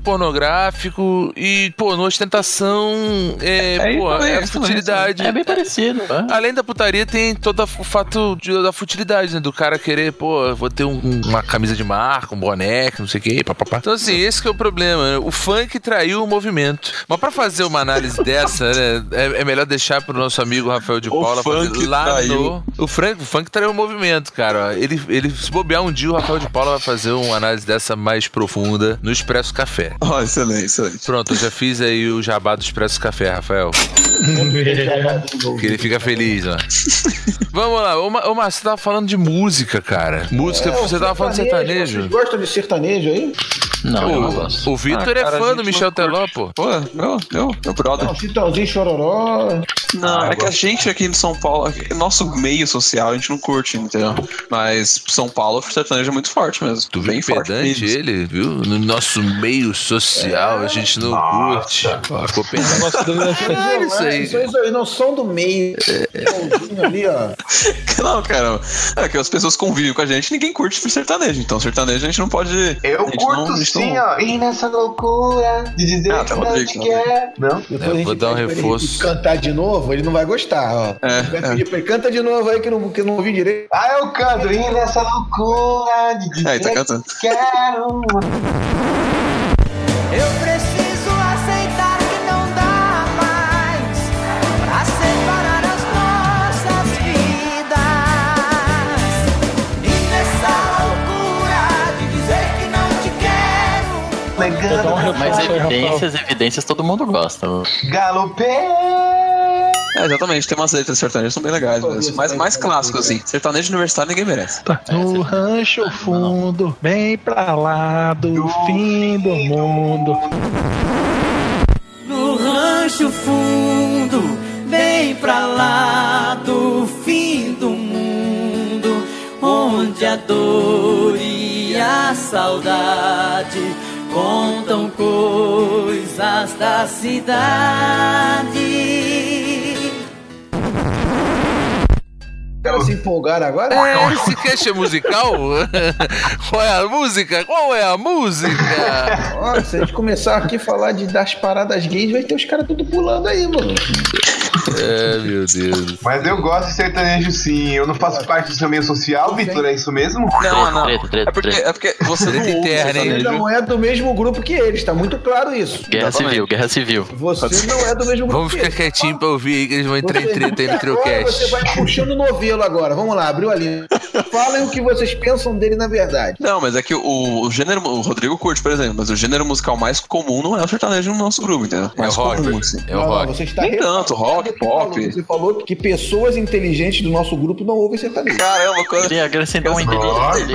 Speaker 1: pornográfico e, pô, no ostentação é,
Speaker 3: É isso
Speaker 1: pô,
Speaker 3: também,
Speaker 1: é
Speaker 3: é isso também,
Speaker 1: futilidade.
Speaker 5: É bem parecido.
Speaker 3: Ah,
Speaker 5: né?
Speaker 1: Além da putaria, tem todo o fato de- da futilidade, né? Do cara querer, pô, eu vou ter um- um- uma camisa de marca, um boneco, não sei o quê, papapá. Então, assim, esse que é o problema, né? O funk traiu o movimento. Mas pra fazer uma análise dessa, né? É, é melhor deixar pro nosso amigo Rafael de
Speaker 3: O
Speaker 1: Paula fazer
Speaker 3: funk
Speaker 1: lá
Speaker 3: traiu.
Speaker 1: no... O, Frank, o funk traiu o movimento, cara. ó. Ele, ele, se bobear um dia, o Rafael de Paula vai fazer uma análise dessa mais profunda no Expresso Café.
Speaker 3: Ó, excelente, excelente.
Speaker 1: Pronto, eu já fiz aí o jabá do Expresso Café, Rafael. Que ele fica feliz, ó. Vamos lá, ô, Ma- ô Márcio, você tava falando de música, cara. Música,
Speaker 2: É, o
Speaker 1: você tava falando de sertanejo.
Speaker 2: Vocês gostam de sertanejo aí?
Speaker 5: Não, eu não gosto.
Speaker 1: O, o Vitor
Speaker 3: Ah,
Speaker 1: é
Speaker 3: cara, a
Speaker 1: fã
Speaker 3: gente
Speaker 1: do
Speaker 3: não
Speaker 1: Michel
Speaker 3: curte.
Speaker 1: Teló, pô.
Speaker 3: Pô, meu, meu, meu brother.
Speaker 2: Não, Chitãozinho, Chororó.
Speaker 3: Não,
Speaker 4: Ah,
Speaker 3: é
Speaker 4: eu
Speaker 3: que a
Speaker 4: gosto.
Speaker 3: gente aqui em São Paulo, aqui, nosso meio social, a gente não curte, entendeu? Mas São Paulo, o sertanejo é muito forte mesmo.
Speaker 1: Tu
Speaker 3: bem
Speaker 1: viu
Speaker 3: forte.
Speaker 1: pedante
Speaker 3: mesmo.
Speaker 1: ele, viu? No nosso meio social, a gente não curte. Ó, ficou
Speaker 6: O
Speaker 1: pedante.
Speaker 6: negócio dele é ser-
Speaker 1: Caralho, isso aí.
Speaker 2: Isso aí, não são do meio. Chitãozinho ali, ó.
Speaker 3: Não, cara, é que as pessoas convivem com a gente, ninguém curte sertanejo, então sertanejo a gente não pode.
Speaker 4: Eu
Speaker 3: a gente
Speaker 4: curto
Speaker 3: não- a gente não-
Speaker 4: sim, ó. E nessa loucura de dizer
Speaker 3: Ah, tá,
Speaker 4: que não
Speaker 3: Rodrigo,
Speaker 4: te
Speaker 3: tá,
Speaker 4: quer. Não?
Speaker 2: Depois
Speaker 1: É,
Speaker 2: a gente
Speaker 1: vou dar um
Speaker 2: pede pra ele
Speaker 1: reforço.
Speaker 2: cantar de novo, ele não vai gostar, ó. Vai
Speaker 3: É,
Speaker 2: pedir pra ele, canta de novo aí que eu não, que eu não ouvi direito.
Speaker 4: Ah, eu canto. E nessa loucura de
Speaker 3: é. Aí,
Speaker 4: dizer
Speaker 3: tá cantando.
Speaker 4: que quero.
Speaker 7: Eu preciso aceitar que não dá mais pra separar as nossas vidas. E nessa loucura de dizer que não te quero,
Speaker 6: Vou dar um reforço
Speaker 5: Mas
Speaker 6: aí, Rafael.
Speaker 5: evidências, evidências todo mundo gosta.
Speaker 4: Galopei.
Speaker 3: É, exatamente, tem umas letras sertanejas são bem legais mesmo. Mas mais clássico, assim. Sertanejo universitário ninguém merece.
Speaker 6: Tá. No rancho fundo, bem pra lá do, fim do mundo.
Speaker 7: no rancho fundo, bem pra lá do fim do mundo, onde a dor e a saudade contam coisas da cidade.
Speaker 2: Os caras se empolgaram agora?
Speaker 1: É, esse cast é musical? Qual é a música? Qual é a música?
Speaker 2: Olha, se a gente começar aqui a falar de, das paradas gays, vai ter os caras tudo pulando aí, mano.
Speaker 1: É, meu Deus.
Speaker 4: Mas eu gosto de sertanejo sim. Eu não faço parte do seu meio social, Vitor, é isso mesmo?
Speaker 3: Não, não.
Speaker 5: Treta, treta,
Speaker 3: É porque,
Speaker 5: treta.
Speaker 3: é porque você
Speaker 1: Treta
Speaker 3: não ouve
Speaker 1: interna, hein?
Speaker 2: Ele
Speaker 3: sertanejo.
Speaker 2: não é do mesmo grupo que eles, tá muito claro isso.
Speaker 5: Guerra
Speaker 3: Exatamente.
Speaker 5: civil, guerra civil.
Speaker 2: Você não é do mesmo grupo
Speaker 1: Vamos
Speaker 2: que
Speaker 1: ficar
Speaker 2: eles.
Speaker 1: quietinho pra ouvir aí que eles vão entrar em
Speaker 2: Você-
Speaker 1: treta aí no
Speaker 2: Agora você
Speaker 1: Criocast.
Speaker 2: vai puxando o novelo agora. Vamos lá, abriu a linha. Falem o que vocês pensam dele na verdade.
Speaker 3: Não, mas é que o, o gênero. O Rodrigo curte, por exemplo, mas o gênero musical mais comum não é o sertanejo no nosso grupo, entendeu?
Speaker 1: É o
Speaker 3: Mais
Speaker 1: rock.
Speaker 3: comum, assim.
Speaker 1: É o rock.
Speaker 2: Você está
Speaker 3: Nem tanto, rock,
Speaker 2: você falou,
Speaker 3: Pop.
Speaker 2: você falou que pessoas inteligentes do nosso grupo não ouvem sertanejo.
Speaker 3: Caramba, quando.
Speaker 5: Queria acrescentar um inteligente ali.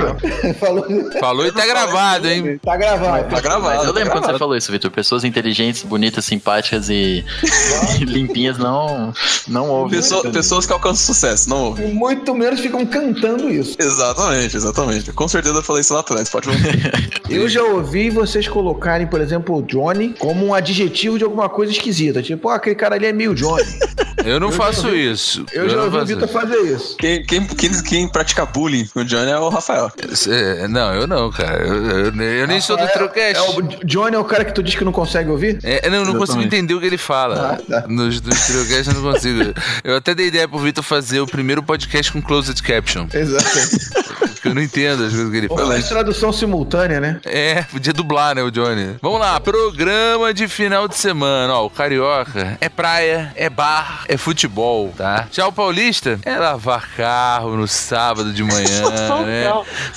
Speaker 2: falou,
Speaker 1: Falou e tá gravado, hein?
Speaker 2: tá gravado.
Speaker 3: Tá gravado.
Speaker 5: Mas eu
Speaker 3: tá
Speaker 5: lembro quando você
Speaker 3: gravado.
Speaker 5: falou isso, Vitor. Pessoas inteligentes, bonitas, simpáticas e, e limpinhas não, não ouvem.
Speaker 3: Pessoa- pessoas que alcançam sucesso, não ouve.
Speaker 2: E muito menos ficam cantando isso.
Speaker 3: Exatamente, exatamente. Com certeza eu falei isso lá atrás. Pode ouvir.
Speaker 2: Eu já ouvi vocês colocarem, por exemplo, Johnny como um adjetivo de alguma coisa esquisita. Tipo, ó, aquele cara ali é meio Johnny.
Speaker 1: Eu não faço isso.
Speaker 2: Eu, já
Speaker 1: não
Speaker 2: ouvi o
Speaker 1: faço
Speaker 2: Vitor fazer isso.
Speaker 3: quem, quem, quem, quem pratica bullying com o Johnny é o Rafael.
Speaker 1: isso. É, Não, eu não, cara. Eu, eu- eu nem sou do
Speaker 2: É,
Speaker 1: Trocast.
Speaker 2: o Johnny é o cara que tu diz que não consegue ouvir?
Speaker 1: É, não, eu não consigo
Speaker 3: Exatamente.
Speaker 1: entender o que ele
Speaker 2: Ah,
Speaker 1: fala.
Speaker 2: tá.
Speaker 1: Nos, nos Triocast eu não consigo. Eu até dei ideia pro Vitor fazer o primeiro podcast com closed caption.
Speaker 2: Exato.
Speaker 1: Porque eu não entendo as coisas que ele fala.
Speaker 2: Ou faz tradução simultânea, né?
Speaker 1: É, podia dublar, né, o Johnny? Vamos lá, programa de final de semana. Ó, o Carioca é praia, é bar, é futebol, tá? Já o Paulista é lavar carro no sábado de manhã, né?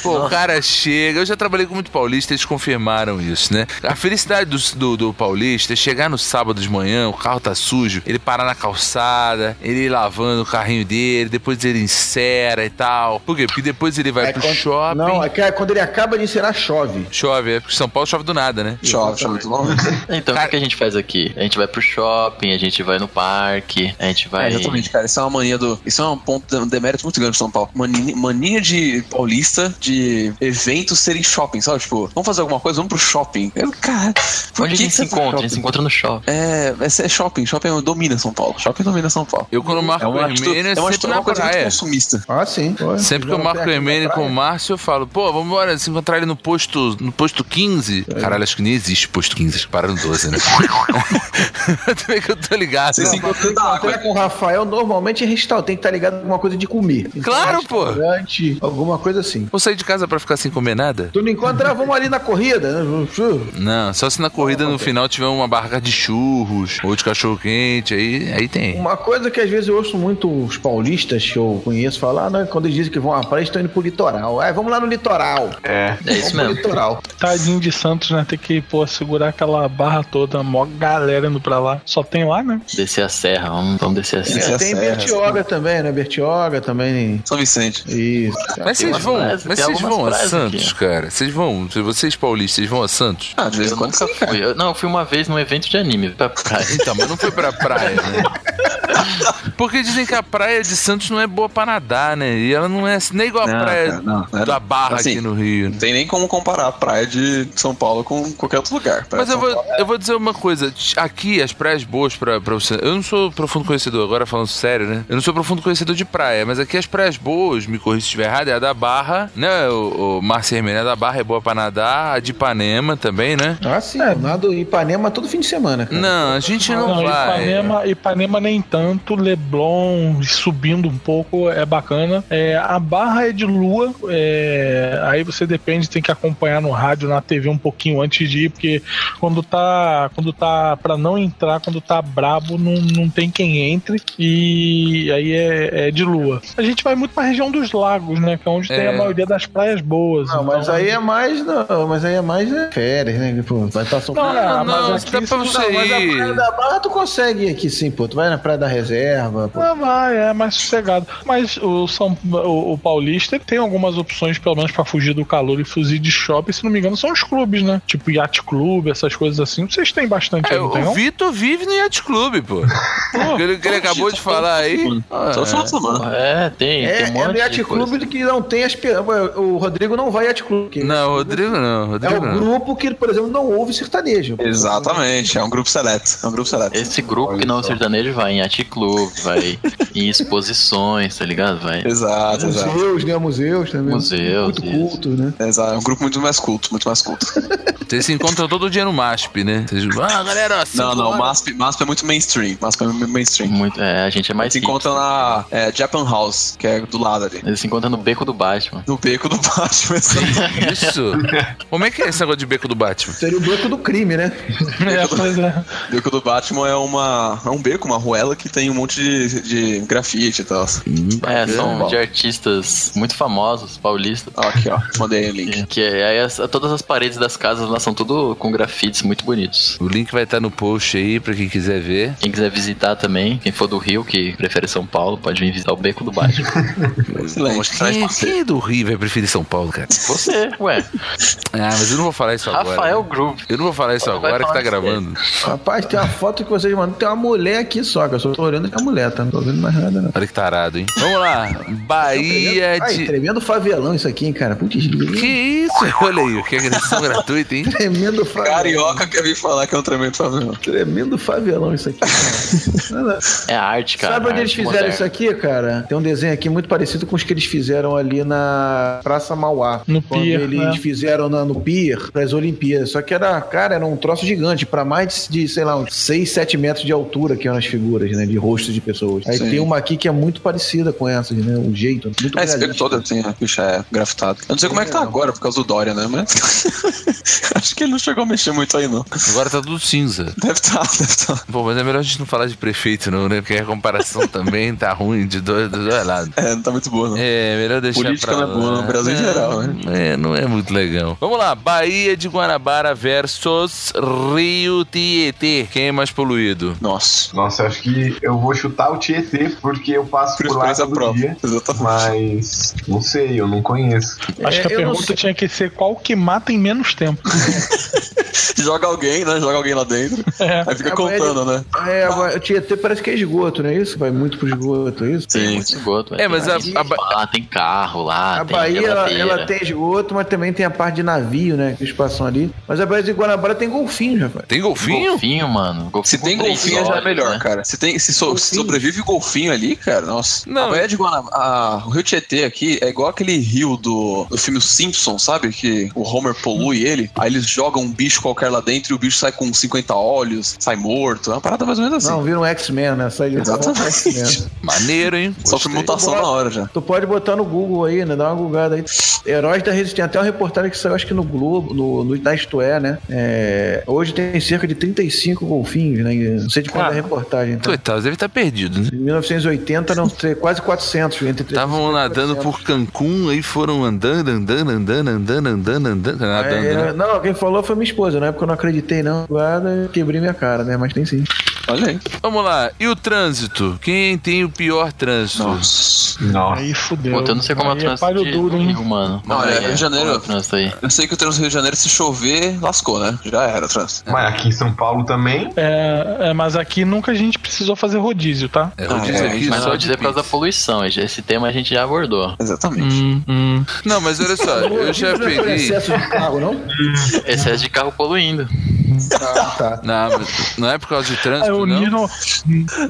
Speaker 1: Pô, o cara chega... Eu já trabalhei com muito paulista, eles confirmaram isso, né? A felicidade do, do, do paulista é chegar no sábado de manhã, o carro tá sujo, ele parar na calçada, ele ir lavando o carrinho dele, depois ele encera e tal. Por quê? Porque depois ele vai
Speaker 2: É
Speaker 1: pro
Speaker 2: quando-
Speaker 1: shopping...
Speaker 2: Não, é que é quando ele acaba de encerar, chove.
Speaker 1: Chove, é porque São Paulo chove do nada, né?
Speaker 3: Chove, chove muito bom.
Speaker 5: Então, o
Speaker 1: Cara-
Speaker 5: que que a gente faz aqui? A gente vai pro shopping, a gente vai no parque, a gente
Speaker 3: É,
Speaker 5: vai.
Speaker 3: exatamente, cara. Isso é uma mania do. Isso é um ponto de demérito muito grande de São Paulo. Mani- Mania de paulista de eventos serem shopping, sabe? Tipo, vamos fazer alguma coisa, vamos pro shopping. Eu, cara, por
Speaker 5: Onde a
Speaker 3: que
Speaker 5: gente
Speaker 3: que
Speaker 5: se
Speaker 3: você vai pro
Speaker 5: encontra? A gente se
Speaker 3: shopping?
Speaker 5: encontra no shopping.
Speaker 3: É, esse é shopping. Shopping domina São Paulo. Shopping domina São Paulo.
Speaker 1: Eu quando marco
Speaker 3: É uma,
Speaker 1: o
Speaker 3: atitude,
Speaker 1: Hermênio é
Speaker 3: é uma,
Speaker 1: sempre
Speaker 3: atitude, é
Speaker 1: na
Speaker 3: uma coisa muito
Speaker 1: praia.
Speaker 3: consumista.
Speaker 2: Ah, sim.
Speaker 1: Sempre que eu marco o
Speaker 3: é
Speaker 1: Hermênio com o Márcio, eu falo, pô, vamos embora, se encontrar ele no posto, no posto 15.
Speaker 3: É.
Speaker 1: Caralho, acho que nem existe posto 15, acho que pararam 12, né? Também que eu tô ligado.
Speaker 3: Você se encontra da água.
Speaker 2: Até com o Rafael, normalmente é restaurante, tem que estar ligado a alguma coisa de comer. Então,
Speaker 1: Claro, pô.
Speaker 2: Restaurante, alguma coisa assim.
Speaker 1: Vou sair de casa pra ficar sem comer nada?
Speaker 2: Tu não encontra, ah, vamos ali na corrida, né?
Speaker 1: Não, só se na corrida
Speaker 3: Ah,
Speaker 1: no final tiver uma barraca de churros ou de cachorro quente, aí, aí tem.
Speaker 2: Uma coisa que às vezes eu ouço muito os paulistas que eu conheço falar, né, quando eles dizem que vão à praia, estão indo pro litoral. Ah, vamos lá no litoral.
Speaker 4: É.
Speaker 5: É
Speaker 2: Vamos
Speaker 5: isso
Speaker 2: pro
Speaker 5: mesmo.
Speaker 2: litoral.
Speaker 6: Tadinho de Santos, né? Ter que, pô, segurar aquela barra toda, mó galera indo pra lá. Só tem lá, né?
Speaker 5: Descer a serra, vamos, vamos descer é a serra. assim.
Speaker 3: Essa
Speaker 2: Tem
Speaker 3: serra,
Speaker 2: Bertioga também, né? Bertioga também.
Speaker 3: São Vicente.
Speaker 2: Isso.
Speaker 1: Mas vocês
Speaker 5: umas
Speaker 1: vão,
Speaker 5: praias,
Speaker 1: mas
Speaker 5: tem
Speaker 1: vocês
Speaker 5: algumas
Speaker 1: vão a
Speaker 5: praias aqui,
Speaker 1: Santos, cara. Vocês vão, vocês paulistas, vocês vão a Santos?
Speaker 3: Ah, de vez em
Speaker 5: Eu
Speaker 3: quando você
Speaker 5: nunca fui. Eu- não, eu fui uma vez num evento de anime pra praia.
Speaker 1: Então, mas não foi pra praia, né? Porque dizem que a praia de Santos não é boa pra nadar, né? E ela não é nem igual a
Speaker 3: Não,
Speaker 1: praia
Speaker 3: cara, não, não é
Speaker 1: da
Speaker 3: não.
Speaker 1: Barra
Speaker 3: Assim,
Speaker 1: aqui no Rio.
Speaker 3: Não
Speaker 1: né?
Speaker 3: tem nem como comparar a praia de São Paulo com qualquer outro lugar.
Speaker 1: Mas
Speaker 3: Praia de
Speaker 1: eu
Speaker 3: São
Speaker 1: vou,
Speaker 3: Paulo. é.
Speaker 1: eu vou dizer uma coisa. Aqui, as praias boas pra, pra você... Eu não sou profundo conhecedor, agora falando sério, né? Eu não sou profundo conhecedor de praia, mas aqui as praias boas, me corrija se estiver errado, é a da Barra, né? O, o Mar Vermelho, a da Barra é boa pra nadar, a de Ipanema também, né?
Speaker 2: Ah, sim. É. Nado Ipanema todo fim de semana, cara.
Speaker 1: Não, a gente não, vai.
Speaker 6: Ipanema, Ipanema nem tanto, Leblon subindo um pouco é bacana. É, a barra é de lua, é, aí você depende, tem que acompanhar no rádio, na TV um pouquinho antes de ir, porque quando tá, quando tá para não entrar, quando tá brabo, não, não tem quem entre e aí é, é de lua. A gente vai muito pra região dos lagos, né, que é onde tem
Speaker 1: É.
Speaker 6: a maioria das praias boas.
Speaker 2: Não, mas
Speaker 6: Então,
Speaker 2: aí é mais. Não, mas aí é mais é, férias, né? Pô, vai estar São
Speaker 6: Não,
Speaker 1: Não,
Speaker 6: Ah, mas
Speaker 1: não,
Speaker 6: aqui
Speaker 1: dá pra
Speaker 6: isso-
Speaker 1: você
Speaker 2: Não, mas a
Speaker 1: ir...
Speaker 2: Praia da Barra tu consegue ir aqui sim, pô. Tu vai na Praia da Reserva, pô.
Speaker 6: Ah, vai, é mais sossegado. Mas o, São, o, o Paulista tem algumas opções, pelo menos, pra fugir do calor e fugir de shopping. Se não me engano, são os clubes, né? Tipo Yacht Club, essas coisas assim. Vocês têm bastante
Speaker 1: É,
Speaker 6: aí, não tem,
Speaker 1: o
Speaker 6: não?
Speaker 1: Vitor vive no Yacht Club, pô.
Speaker 6: Pô,
Speaker 1: Aquele que ele acabou de falar aí. Ah,
Speaker 3: Só final
Speaker 1: é.
Speaker 3: de semana.
Speaker 5: É, tem,
Speaker 2: É,
Speaker 5: tem um monte
Speaker 2: é no Yacht
Speaker 5: de coisa.
Speaker 2: Club que não tem as pe- O Rodrigo não vai Yacht Club. que-
Speaker 1: Não, Rodrigo não.
Speaker 2: É
Speaker 1: Rodrigo
Speaker 2: o
Speaker 1: não.
Speaker 2: grupo que, por exemplo, não ouve sertanejo.
Speaker 3: Exatamente, é um grupo seleto. É um grupo seleto.
Speaker 5: Esse grupo que não é sertanejo vai em art club, vai em exposições, tá ligado? Vai em
Speaker 3: Exato, exato.
Speaker 2: Museus, né? Museus também.
Speaker 5: museus.
Speaker 2: Muito
Speaker 5: isso.
Speaker 2: culto, né?
Speaker 3: Exato, É um grupo muito mais culto, muito mais culto.
Speaker 1: Vocês se encontram todo dia no MASP, né? Vocês... Ah, galera,
Speaker 5: Assim,
Speaker 1: ó, cinco
Speaker 3: Não, não,
Speaker 1: horas.
Speaker 3: MASP, MASP é muito mainstream. MASP é muito mainstream.
Speaker 5: Muito, é, a gente é mais
Speaker 3: Se encontra na é, Japan House, que é do lado ali.
Speaker 5: Eles se encontram no beco do Batman.
Speaker 3: No beco do Batman. assim.
Speaker 1: Isso. Como é que é esse negócio de beco do Batman?
Speaker 2: Seria o banco do crime, né?
Speaker 6: é, pois é.
Speaker 3: o beco do Batman é, uma, é um beco, uma ruela que tem um monte de, de grafite e tal.
Speaker 5: É, são de artistas muito famosos, paulistas.
Speaker 3: Ó, Aqui, ó. Mandei o link.
Speaker 5: Que, que é, aí as- todas as paredes das casas lá elas são tudo com grafites muito bonitos.
Speaker 1: O link vai estar no post aí pra quem quiser ver.
Speaker 5: Quem quiser visitar também, quem for do Rio, que prefere São Paulo, pode vir visitar o Beco do Baixo.
Speaker 3: Excelente.
Speaker 1: Quem, quem do Rio vai preferir São Paulo, cara?
Speaker 5: Você, ué.
Speaker 1: Ah, mas eu não vou falar isso agora. né?
Speaker 5: Rafael Groove.
Speaker 1: Eu não vou falar isso
Speaker 5: Vai
Speaker 1: agora que
Speaker 5: falar
Speaker 1: tá
Speaker 5: isso aí.
Speaker 1: gravando.
Speaker 2: Rapaz, tem uma foto que vocês mandam. Tem uma mulher aqui só, que eu só tô olhando que é a mulher, tá? Não tô vendo mais nada, não.
Speaker 1: Olha que tarado, hein? Vamos lá. Bahia
Speaker 2: Ai,
Speaker 1: é de.
Speaker 2: tremendo favelão isso aqui, hein, cara. Putz,
Speaker 1: Que isso? Olha aí, que agressão gratuita, hein?
Speaker 2: tremendo favelão.
Speaker 3: Carioca quer vir falar que é um tremendo favela.
Speaker 2: Tremendo favelão isso aqui, cara. Olha lá.
Speaker 5: É arte, cara.
Speaker 2: Sabe onde eles
Speaker 5: arte
Speaker 2: fizeram
Speaker 5: moderna.
Speaker 2: isso aqui, cara? Tem um desenho aqui muito parecido com os que eles fizeram ali na Praça Mauá.
Speaker 6: No
Speaker 2: quando
Speaker 6: pier,
Speaker 2: eles
Speaker 6: né?
Speaker 2: fizeram na- no pier para as Olimpíadas. Só que era, cara, era um troço gigante, para mais de, sei lá, uns 6, 7 metros de altura que eram as figuras, né? De rosto de pessoas. Aí
Speaker 3: Sim.
Speaker 2: tem uma aqui que é muito parecida com essas, né? O jeito. Muito
Speaker 3: É, esse pego
Speaker 2: realista.
Speaker 3: todo assim, a bicha é grafitado. Eu não sei como é que tá agora por causa do Dória, né? Mas. Acho que ele não chegou a mexer muito aí, não.
Speaker 1: Agora tá tudo cinza.
Speaker 3: Deve tá, deve tá.
Speaker 1: Bom, mas é melhor a gente não falar de prefeito, não, né? Porque a comparação também tá ruim de dois, dos dois lados.
Speaker 3: É, não tá muito boa, não.
Speaker 1: É, melhor deixar
Speaker 3: Política
Speaker 1: pra
Speaker 3: não é boa
Speaker 1: lá.
Speaker 3: no Brasil em geral, né?
Speaker 1: É, não é muito legal. Vamos lá, Bahia de Guanabara versus Rio Tietê. Quem é mais poluído?
Speaker 3: Nossa.
Speaker 4: Nossa, acho que eu vou chutar o Tietê, porque eu passo
Speaker 3: Por
Speaker 4: por lá
Speaker 3: experiência
Speaker 4: todo
Speaker 3: própria.
Speaker 4: dia.
Speaker 3: Exatamente.
Speaker 4: Mas não sei, eu não conheço.
Speaker 6: Acho
Speaker 2: É,
Speaker 6: que a
Speaker 2: eu não
Speaker 6: pergunta
Speaker 2: sei.
Speaker 6: tinha que ser qual que mata em menos tempo.
Speaker 3: Joga alguém, né? Joga alguém lá dentro. Aí fica
Speaker 2: É,
Speaker 3: contando, né?
Speaker 2: É, agora, o Tietê parece que é esgoto, não é isso? Vai muito pro esgoto, é isso?
Speaker 3: Sim.
Speaker 5: Muito esgoto,
Speaker 1: É, mas a- a Ba-
Speaker 5: lá tem carro lá,
Speaker 2: A
Speaker 5: tem
Speaker 2: Bahia, ela,
Speaker 5: geladeira.
Speaker 2: ela tem esgoto, mas também tem a parte de navio, né? Que eles passam ali. Mas a Bahia de Guanabara tem golfinhos, rapaz.
Speaker 1: Tem golfinho?
Speaker 5: golfinho, mano. Golfinho
Speaker 3: Se tem
Speaker 5: com três
Speaker 3: golfinho, já é
Speaker 5: olhos,
Speaker 3: melhor,
Speaker 5: né?
Speaker 3: cara. Se, tem, se, so- se sobrevive golfinho ali, cara, nossa.
Speaker 1: Não.
Speaker 3: a Baía de Guanabara, a- o Rio Tietê aqui é igual aquele rio do, do filme Os Simpsons, sabe? Que o Homer polui ele, aí eles jogam um bicho qualquer lá dentro e o bicho sai com 50 olhos, sai morto. É uma parada mais ou menos assim.
Speaker 2: Não, vira um X-Men, né? Sai de
Speaker 3: Exatamente.
Speaker 2: um X-Men.
Speaker 1: Maneiro, hein?
Speaker 3: Só que
Speaker 1: Gostei.
Speaker 3: mutação na hora já.
Speaker 2: Tu pode botar no Google aí, né? Dá uma googada aí. Heróis da Resistência. Tem até uma reportagem que saiu, acho que no Globo, no, no, na Isto É, né? É, hoje tem cerca de 35 golfinhos, né? Não sei de quando é a reportagem. Então.
Speaker 1: Coitado, deve estar perdido, né?
Speaker 2: Em 1980, não, sei, quase 400. Entre
Speaker 3: tá
Speaker 1: Estavam nadando por Cancún, aí foram andando, andando, andando, andando, andando, andando, nadando,
Speaker 2: É,
Speaker 1: né?
Speaker 2: Não, quem falou foi minha esposa. Na época eu não acreditei, não. Guarda, quebrei minha cara, né? Mas tem sim.
Speaker 3: Olha aí.
Speaker 1: Vamos lá, e o trânsito? Quem tem o pior trânsito?
Speaker 3: Nossa.
Speaker 4: Nossa.
Speaker 6: Aí fudeu.
Speaker 5: Puta, eu não sei como é o
Speaker 6: Aí é
Speaker 5: trânsito
Speaker 6: palho
Speaker 5: de-
Speaker 6: duro,
Speaker 5: do
Speaker 6: hein?
Speaker 5: Rio, mano.
Speaker 3: Não, é,
Speaker 5: Aí,
Speaker 3: Rio de Janeiro.
Speaker 5: como é o trânsito aí?
Speaker 3: Eu sei que o trânsito do Rio de Janeiro, se chover, lascou, né? Já era o trânsito.
Speaker 4: Mas aqui em São Paulo também.
Speaker 6: É, é, mas aqui nunca a gente precisou fazer rodízio, tá?
Speaker 1: É, eu
Speaker 3: Ah,
Speaker 1: disse
Speaker 3: é,
Speaker 1: aqui
Speaker 5: Mas
Speaker 1: só
Speaker 5: não
Speaker 1: de
Speaker 5: dizer por causa da
Speaker 1: pizza.
Speaker 5: poluição, esse tema a gente já abordou.
Speaker 3: Exatamente.
Speaker 6: Hum.
Speaker 5: Hum,
Speaker 1: Não, mas olha só, eu já
Speaker 2: Não é por
Speaker 1: peguei.
Speaker 2: excesso de carro, não?
Speaker 5: Excesso de carro poluindo.
Speaker 2: Ah, tá.
Speaker 1: Não, mas não é por causa de
Speaker 6: É,
Speaker 1: trânsito,
Speaker 6: o
Speaker 1: não.
Speaker 6: Nino.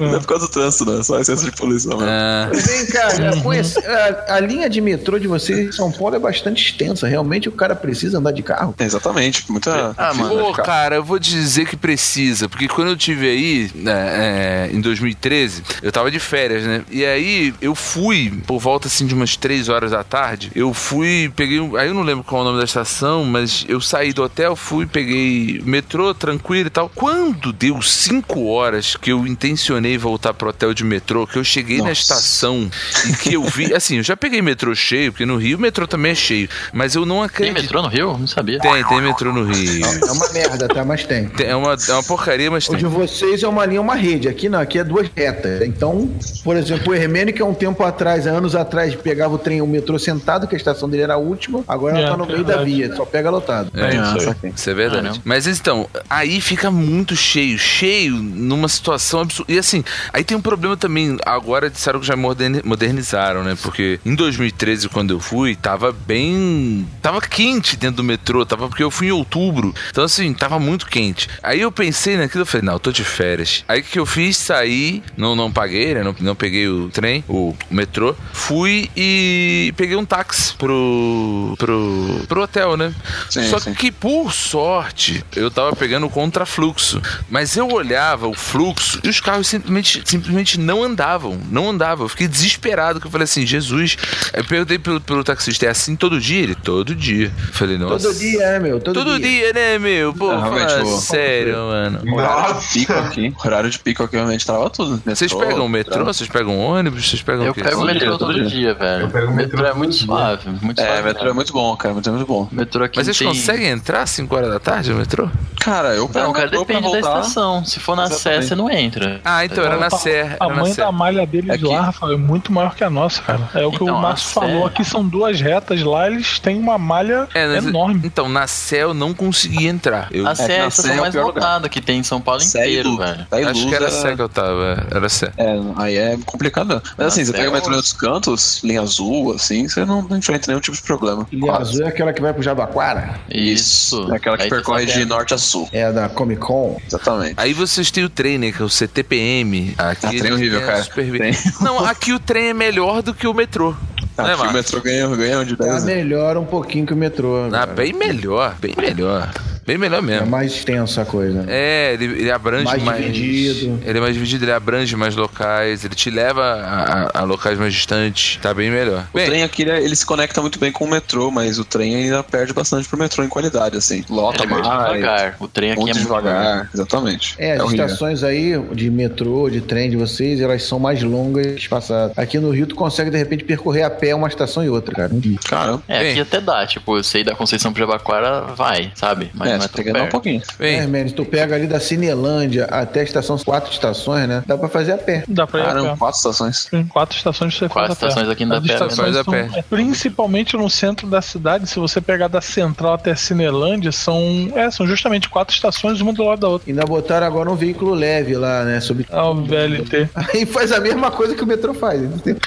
Speaker 3: Não é por causa do trânsito, né? Só excesso de poluição né? mesmo.
Speaker 1: Ah,
Speaker 2: Vem cá, já conhece- a, a linha de metrô de vocês em São Paulo é bastante extensa. Realmente o cara precisa andar de carro.
Speaker 3: Exatamente. Muita. tipo,
Speaker 5: Ah, mano.
Speaker 1: Pô, cara, eu vou dizer que precisa, porque quando eu tive aí, né, é, em 2013, eu tava de férias, né? E aí eu fui, por volta assim de umas 3 horas da tarde, eu fui, peguei. um- Aí eu não lembro qual é o nome da estação, mas eu saí do hotel, fui, peguei metrô, tranquilo e tal. Quando deu 5 horas que eu intencionei voltar pro hotel de metrô, que eu cheguei na
Speaker 3: Nossa.
Speaker 1: estação e que eu vi. Assim, eu já peguei metrô cheio, porque no Rio o metrô também é cheio, mas eu não
Speaker 5: Tem
Speaker 1: acredito.
Speaker 5: metrô no Rio? Não sabia.
Speaker 1: Tem, tem metrô no Rio.
Speaker 2: É uma merda, tá? Mas tem.
Speaker 1: Tem- É uma, é uma porcaria, mas
Speaker 2: O de
Speaker 1: tem.
Speaker 2: vocês é uma linha, uma rede. Aqui não, aqui é duas retas. Então, por exemplo, o Hermênio, que há um tempo atrás, há anos atrás, pegava o trem, o metrô sentado, que a estação dele era a última, agora
Speaker 6: É,
Speaker 2: ela tá no meio da
Speaker 6: verdade.
Speaker 2: via, só pega lotado.
Speaker 6: É isso aí.
Speaker 1: Isso é verdade.
Speaker 5: Ah, não.
Speaker 1: Mas então, aí fica muito cheio, cheio, numa situação absurda. E assim, aí tem um problema também. Agora disseram que já moderni- modernizaram, né? Porque em 2013, quando eu fui, tava bem. Tava quente dentro do metrô, tava porque eu fui em outubro. Então, assim, tava muito quente. Aí eu pensei naquilo, eu falei, não, eu tô de férias. Aí o que eu fiz? Saí, não, não paguei, né? Não, não peguei o trem, o metrô. Fui e peguei um táxi pro. pro. pro hotel, né?
Speaker 3: Sim,
Speaker 1: Só
Speaker 3: sim.
Speaker 1: que por sorte, eu tava tava pegando o contrafluxo. Mas eu olhava o fluxo e os carros simplesmente, simplesmente não andavam. Não andavam. Eu fiquei desesperado, que eu falei assim, Jesus. Eu perguntei pelo, pelo taxista, é assim todo dia? Ele, todo dia. Eu falei, nossa.
Speaker 2: Todo dia, é, meu. Todo,
Speaker 1: Todo, dia. né, meu? Pô,
Speaker 3: Ah,
Speaker 1: fala
Speaker 3: realmente, pô.
Speaker 1: sério,
Speaker 3: É
Speaker 1: mano.
Speaker 3: Horário de
Speaker 4: Nossa.
Speaker 3: pico aqui. Horário de pico aqui realmente trava tudo. né?
Speaker 1: Vocês pegam o metrô, vocês pegam ônibus, vocês pegam
Speaker 5: Eu
Speaker 1: o quê?
Speaker 5: pego o
Speaker 3: Todo
Speaker 5: metrô
Speaker 3: dia, todo
Speaker 5: todo dia, velho.
Speaker 4: Eu pego o metrô
Speaker 5: metrô é
Speaker 4: todo
Speaker 5: muito
Speaker 4: dia.
Speaker 5: suave, muito
Speaker 3: É,
Speaker 5: suave.
Speaker 3: metrô é muito bom, cara. Metrô é muito bom.
Speaker 5: Metrô aqui
Speaker 1: Mas
Speaker 5: não
Speaker 1: vocês
Speaker 5: tem-
Speaker 1: conseguem entrar às 5 horas da tarde no metrô?
Speaker 3: Cara, eu pego
Speaker 5: Não,
Speaker 3: o
Speaker 5: cara,
Speaker 3: metrô pra
Speaker 5: depende da
Speaker 3: voltar.
Speaker 5: estação. Se for na Sé,
Speaker 3: Exatamente.
Speaker 5: você não entra.
Speaker 1: Ah, então, era na
Speaker 6: Tá-
Speaker 1: Serra.
Speaker 6: A
Speaker 1: Era na
Speaker 6: mãe da
Speaker 1: Serra.
Speaker 6: malha deles
Speaker 3: É que-
Speaker 6: lá, Rafael, é muito maior que a nossa, cara. É o que
Speaker 5: Então,
Speaker 6: o
Speaker 5: a
Speaker 6: Márcio falou.
Speaker 5: Sé-
Speaker 6: Aqui são duas retas, lá eles têm uma malha
Speaker 1: É, mas-
Speaker 6: enorme.
Speaker 1: Então, na Sé eu não consegui entrar. Eu
Speaker 5: A Sé é
Speaker 3: na
Speaker 5: a
Speaker 3: Sé é
Speaker 5: estação
Speaker 3: o
Speaker 5: mais
Speaker 3: pior lugar.
Speaker 5: lotada que tem em São Paulo
Speaker 3: Sério,
Speaker 5: inteiro, velho.
Speaker 1: acho que era Sé que eu tava. Era Sé.
Speaker 3: É, aí é complicado. Mas assim, você
Speaker 5: Até
Speaker 3: pega o metrô em
Speaker 5: hoje.
Speaker 3: outros cantos, linha azul, assim, você não, não enfrenta nenhum tipo de problema.
Speaker 2: E a azul é aquela que vai pro Jabaquara.
Speaker 5: Isso.
Speaker 3: É aquela que
Speaker 5: Tipo, Aí você
Speaker 3: percorre
Speaker 5: sabe-
Speaker 3: de norte a sul.
Speaker 2: É a da Comic Con.
Speaker 3: Exatamente.
Speaker 1: Aí vocês têm o trem, né? Que é o CTPM. Aqui
Speaker 3: Ah, trem
Speaker 1: ele
Speaker 3: horrível,
Speaker 1: tem a
Speaker 3: cara.
Speaker 1: supervi-
Speaker 3: Tem.
Speaker 1: Não, aqui o trem é melhor do que o metrô.
Speaker 3: Ah, Aqui
Speaker 5: é,
Speaker 1: né,
Speaker 3: o
Speaker 1: Marcos?
Speaker 3: metrô ganha, ganha de
Speaker 2: Tá
Speaker 3: 10
Speaker 2: melhor um pouquinho que o metrô. né?
Speaker 1: Ah,
Speaker 2: cara.
Speaker 1: bem melhor, bem melhor. Bem melhor
Speaker 2: É
Speaker 1: mesmo.
Speaker 2: mais extensa a coisa.
Speaker 1: É, ele, ele abrange mais,
Speaker 2: Mais dividido.
Speaker 1: Ele é mais dividido, ele abrange mais locais, ele te leva a, a- a locais mais distantes. Tá bem melhor.
Speaker 3: O
Speaker 1: Bem,
Speaker 3: trem aqui, né, ele, ele se conecta muito bem com o metrô, mas o trem ainda perde bastante pro metrô em qualidade, assim. Lota
Speaker 5: Ele é muito
Speaker 3: mais,
Speaker 5: devagar. O trem aqui é
Speaker 3: muito
Speaker 5: muito
Speaker 3: devagar. Exatamente.
Speaker 2: É, as
Speaker 3: horrível.
Speaker 2: estações aí de metrô, de trem de vocês, elas são mais longas espaçadas. Aqui no Rio, tu consegue, de repente, percorrer a pé uma estação e outra, cara.
Speaker 3: Caramba.
Speaker 5: É, aqui
Speaker 1: Bem.
Speaker 5: até dá. Tipo, eu sei da Conceição pro Jabaquara, vai, sabe?
Speaker 3: é,
Speaker 5: Mas não é
Speaker 3: você
Speaker 5: tão
Speaker 3: tem que andar um
Speaker 5: perto.
Speaker 3: pouquinho.
Speaker 1: bem.
Speaker 2: É, man, tu pega ali da Cinelândia até a estação, quatro estações, né? Dá pra fazer a pé.
Speaker 6: Dá pra ir a pé.
Speaker 2: então.
Speaker 3: Caramba, quatro estações.
Speaker 6: Tem quatro estações que você
Speaker 5: Quatro
Speaker 6: faz a
Speaker 5: estações
Speaker 6: pé.
Speaker 5: aqui ainda
Speaker 6: As
Speaker 5: dá pé, né?
Speaker 6: estações
Speaker 1: Mas dá
Speaker 6: são-
Speaker 1: pé.
Speaker 6: é, principalmente no centro da cidade, se você pegar da central até Cinelândia, são, é, são justamente quatro estações, uma do lado da outra.
Speaker 2: Ainda botaram agora um veículo leve lá, né? Sobre...
Speaker 6: Ah, o VLT.
Speaker 2: Aí faz a mesma coisa que o metrô faz. entendeu?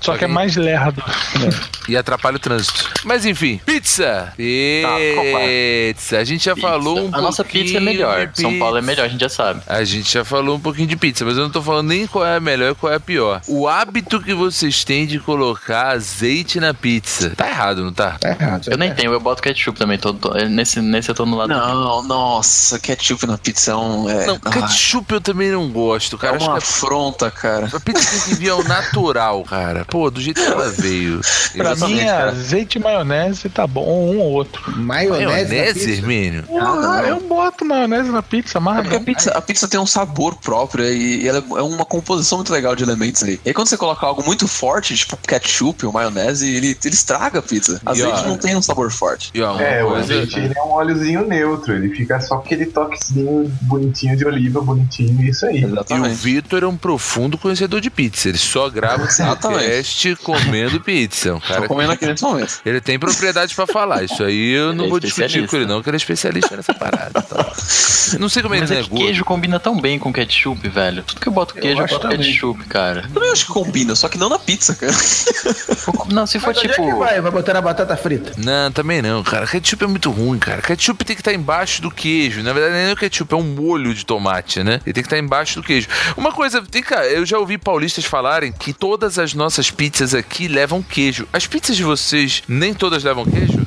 Speaker 6: Só que é mais lerdo.
Speaker 1: E atrapalha o trânsito. Mas enfim, pizza! Pizza! A gente já falou um
Speaker 5: A nossa pizza é
Speaker 1: pouquinho
Speaker 5: melhor.
Speaker 1: de
Speaker 5: São Paulo é
Speaker 1: pizza.
Speaker 5: melhor, a gente já sabe.
Speaker 1: A gente já falou um pouquinho de pizza, mas eu não tô falando nem qual é a melhor e qual é a pior. O hábito que vocês têm de colocar azeite na pizza. Tá errado, não tá?
Speaker 2: Tá errado.
Speaker 5: Eu nem tenho, eu boto ketchup também. Tô, tô- nesse, nesse eu tô no lado.
Speaker 3: Não, nossa, ketchup na pizza é um. É,
Speaker 1: Não,
Speaker 3: ah,
Speaker 1: ketchup eu também não gosto,
Speaker 3: é
Speaker 5: Ah,
Speaker 1: cara. Acho
Speaker 3: uma
Speaker 1: que
Speaker 3: afronta, cara.
Speaker 1: a- a pizza tem que vir ao natural, cara. Pô, do jeito que ela veio.
Speaker 6: Pra mim,
Speaker 3: Exatamente,
Speaker 6: é
Speaker 3: cara.
Speaker 6: azeite e maionese tá bom, ou um ou outro.
Speaker 2: Maionese. na
Speaker 1: Maionese,
Speaker 2: pizza?
Speaker 1: Hermínio?
Speaker 6: Porra, eu boto maionese na pizza,
Speaker 3: É porque a
Speaker 6: amarga.
Speaker 3: pizza, a pizza tem um sabor próprio e, e ela é uma composição muito legal de elementos ali. E aí quando você coloca algo muito forte, tipo ketchup ou maionese, ele, ele estraga a pizza. Às
Speaker 1: E, ó,
Speaker 3: vezes não tem um sabor forte.
Speaker 1: E ó, uma
Speaker 4: É, o
Speaker 1: coisa...
Speaker 4: azeite ele é um óleozinho neutro, ele fica só aquele toquezinho bonitinho de oliva, bonitinho, isso aí.
Speaker 1: E o
Speaker 3: Exatamente.
Speaker 1: Vitor é um profundo conhecedor de pizza. Ele só grava
Speaker 3: Exatamente.
Speaker 1: podcast comendo pizza. Um cara
Speaker 3: Tô comendo aqui nesse momento.
Speaker 1: Ele tem propriedade pra falar. Isso aí eu não
Speaker 5: Ele é
Speaker 1: vou discutir
Speaker 5: especialista.
Speaker 1: com ele, não, que ele é especialista nessa parada. tá? Não sei como ele
Speaker 5: Mas é que
Speaker 1: negou.
Speaker 5: queijo combina tão bem com ketchup, velho. Tudo que eu boto queijo, eu,
Speaker 2: acho
Speaker 5: boto
Speaker 2: também.
Speaker 5: ketchup, cara.
Speaker 3: Eu acho que combina, só que não na pizza, cara.
Speaker 5: Não, se for
Speaker 2: Mas onde é que
Speaker 5: tipo.
Speaker 2: vai? Vai botar na batata frita.
Speaker 1: Não, também não, cara. Ketchup é muito ruim, cara. Ketchup tem que estar embaixo do queijo. Na verdade, nem é o ketchup, é um molho de tomate, né? Ele tem que estar embaixo do queijo. Uma coisa, tem cá, eu já ouvi paulistas falarem que todas as nossas pizzas aqui levam queijo. As pizzas de vocês, nem todas levam queijo?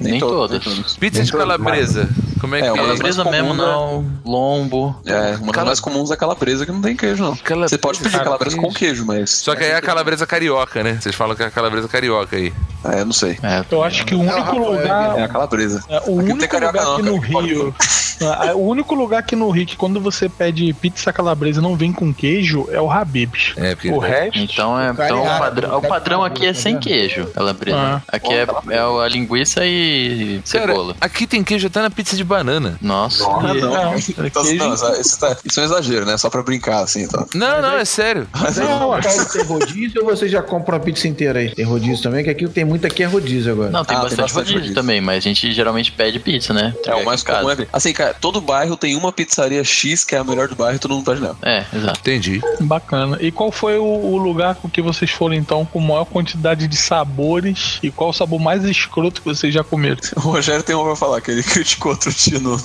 Speaker 5: Nem
Speaker 3: todas,
Speaker 5: todas.
Speaker 3: nem todas.
Speaker 1: Pizza
Speaker 4: Nem
Speaker 1: de
Speaker 4: todas,
Speaker 1: calabresa. Como é que
Speaker 3: É,
Speaker 1: é?
Speaker 3: o calabresa-
Speaker 5: Calabresa
Speaker 3: mais
Speaker 5: mesmo
Speaker 3: comum, né?
Speaker 5: não. Lombo.
Speaker 3: É, uma
Speaker 1: Cala-
Speaker 3: das mais comuns é a calabresa que não tem queijo, não.
Speaker 1: Calabresa,
Speaker 3: Você pode pedir
Speaker 1: cara,
Speaker 3: calabresa
Speaker 1: queijo.
Speaker 3: com queijo, mas.
Speaker 1: Só que aí é a calabresa carioca, né? Vocês falam que é a calabresa carioca aí.
Speaker 3: É, eu não sei.
Speaker 5: É,
Speaker 6: Eu acho que o
Speaker 2: Rafa,
Speaker 6: único
Speaker 2: é-
Speaker 6: lugar
Speaker 3: É a calabresa.
Speaker 6: É, o
Speaker 3: Aqui não tem
Speaker 6: único
Speaker 3: carioca
Speaker 6: lugar
Speaker 3: não,
Speaker 6: aqui
Speaker 3: cara.
Speaker 6: no
Speaker 3: Pode-
Speaker 6: Rio. Ah, o único lugar aqui no Rio que quando você pede pizza calabresa e não vem com queijo é o Habib's.
Speaker 1: É, porque-
Speaker 6: o resto.
Speaker 5: Então, é,
Speaker 2: cara
Speaker 5: então
Speaker 2: é
Speaker 5: o,
Speaker 2: árabe,
Speaker 5: padrão,
Speaker 2: o
Speaker 5: o
Speaker 2: cara é
Speaker 5: padrão
Speaker 2: árabe,
Speaker 5: aqui é
Speaker 2: tá
Speaker 5: sem
Speaker 2: vendo?
Speaker 5: queijo, calabresa.
Speaker 6: Ah.
Speaker 5: Aqui é, é a linguiça e
Speaker 1: Cara,
Speaker 5: cebola.
Speaker 1: aqui tem queijo até na pizza de banana.
Speaker 5: Nossa.
Speaker 4: Nossa.
Speaker 6: É,
Speaker 3: não.
Speaker 6: não, é
Speaker 3: Então,
Speaker 6: queijo-
Speaker 3: não, isso- isso, tá- isso é um exagero, né? Só pra brincar, assim, tá?
Speaker 1: Não, não, é sério.
Speaker 2: Mas aí no mercado tem rodízio ou vocês já compram a pizza inteira aí? Tem rodízio também, que aqui tem muito aqui é rodízio agora.
Speaker 5: Não, tem
Speaker 3: Ah, tem
Speaker 5: bastante
Speaker 3: bastante
Speaker 5: rodízio
Speaker 3: rodízio.
Speaker 5: também, mas a gente geralmente pede pizza, né?
Speaker 3: É, o mais
Speaker 5: Aqui em casa.
Speaker 3: comum é. Assim, cara, todo bairro tem uma pizzaria X que é a melhor do bairro e todo mundo pede nela.
Speaker 5: É, exato.
Speaker 1: Entendi.
Speaker 6: Bacana. E qual foi o, o lugar com que vocês foram então com maior quantidade de sabores e qual o sabor mais escroto que vocês já comeram?
Speaker 3: O Rogério tem uma pra falar, que ele criticou outro dia no,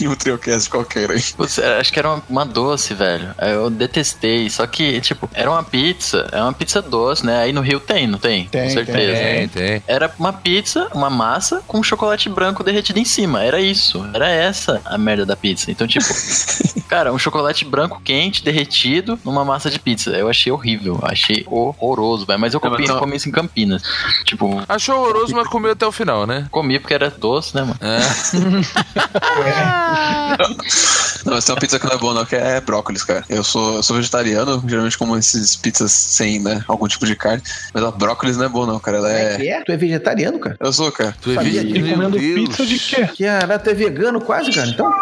Speaker 3: em um triocast qualquer aí.
Speaker 5: Putz, é, acho que era uma, uma doce, velho. Aí Eu detestei. Só que, tipo, era uma pizza. É uma pizza é doce, né? Aí no Rio tem, não tem?
Speaker 2: Tem,
Speaker 5: Com certeza.
Speaker 1: tem, É, Tem, tem.
Speaker 5: Era uma pizza, uma massa com chocolate branco derretido em cima. Era isso. Era essa a merda da pizza. Então, tipo, cara, um chocolate branco quente, derretido, numa massa de pizza. Eu achei horrível. Achei horroroso, velho. Mas eu
Speaker 3: Não, mas
Speaker 5: comi,
Speaker 3: então-
Speaker 5: comi isso em Campinas. Tipo,
Speaker 1: Achou horroroso, mas comeu até o final, né?
Speaker 5: comi porque era doce, né, mano?
Speaker 3: Não, mas tem uma pizza que não é boa, não, que é brócolis, cara. Eu sou, eu sou vegetariano, geralmente como esses pizzas sem, né, algum tipo de carne. Mas a brócolis não é boa, não, cara. Ela é.
Speaker 2: É, tu é vegetariano, cara?
Speaker 3: Eu sou, cara.
Speaker 1: Tu
Speaker 2: Sabia
Speaker 1: evita-
Speaker 6: E
Speaker 1: Meu
Speaker 6: comendo
Speaker 1: Deus.
Speaker 6: pizza de quê?
Speaker 2: Que era tu é vegano quase, cara. Então,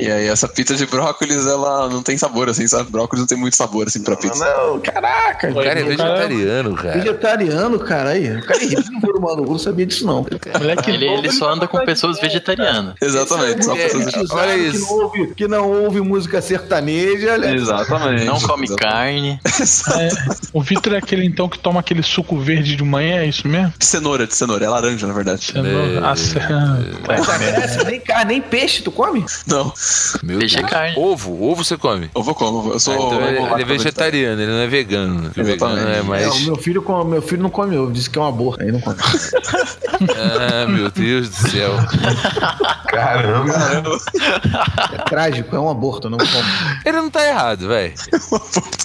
Speaker 3: E aí, essa pizza de brócolis, ela não tem sabor, assim, sabe? Brócolis não tem muito sabor, assim, pra pizza.
Speaker 2: não, caraca.
Speaker 1: O cara é
Speaker 6: O cara-
Speaker 1: vegetariano, cara.
Speaker 2: Vegetariano, cara, aí. O cara é rico, por maluco, eu não sabia disso,
Speaker 1: É,
Speaker 2: não.
Speaker 6: Moleque
Speaker 5: Ele,
Speaker 6: bom,
Speaker 5: ele só anda com pessoas vegetarianas.
Speaker 3: Exatamente, só
Speaker 1: É,
Speaker 3: pessoas
Speaker 1: olha
Speaker 2: Que
Speaker 1: isso.
Speaker 2: não ouve, que não ouve música sertaneja, olha.
Speaker 3: Exatamente.
Speaker 5: Não come carne.
Speaker 3: carne.
Speaker 6: O Vitor é aquele então que toma aquele suco verde de manhã, é isso mesmo?
Speaker 3: De cenoura, de cenoura. É laranja, na verdade.
Speaker 6: Cenoura. Ah, cê-
Speaker 1: É.
Speaker 2: Mas acontece, né? nem carne, nem peixe tu come?
Speaker 3: Não.
Speaker 1: Meu
Speaker 5: Peixe é
Speaker 1: Deus.
Speaker 5: carne.
Speaker 1: Ovo, ovo você come.
Speaker 3: Eu vou como. Eu sou. um
Speaker 1: Ah, então ele,
Speaker 3: eu vou lá
Speaker 1: ele é
Speaker 3: com a vegetária.
Speaker 1: vegetariano, ele não é vegano. né? Porque o vegano
Speaker 3: Exatamente.
Speaker 1: é
Speaker 2: É, o
Speaker 1: mais.
Speaker 2: meu filho, come- meu filho não come ovo, disse que é uma boa. Aí não come.
Speaker 1: Ah, meu Deus do céu.
Speaker 4: Caramba.
Speaker 2: É trágico, é um aborto, não come.
Speaker 1: Ele não tá errado, velho.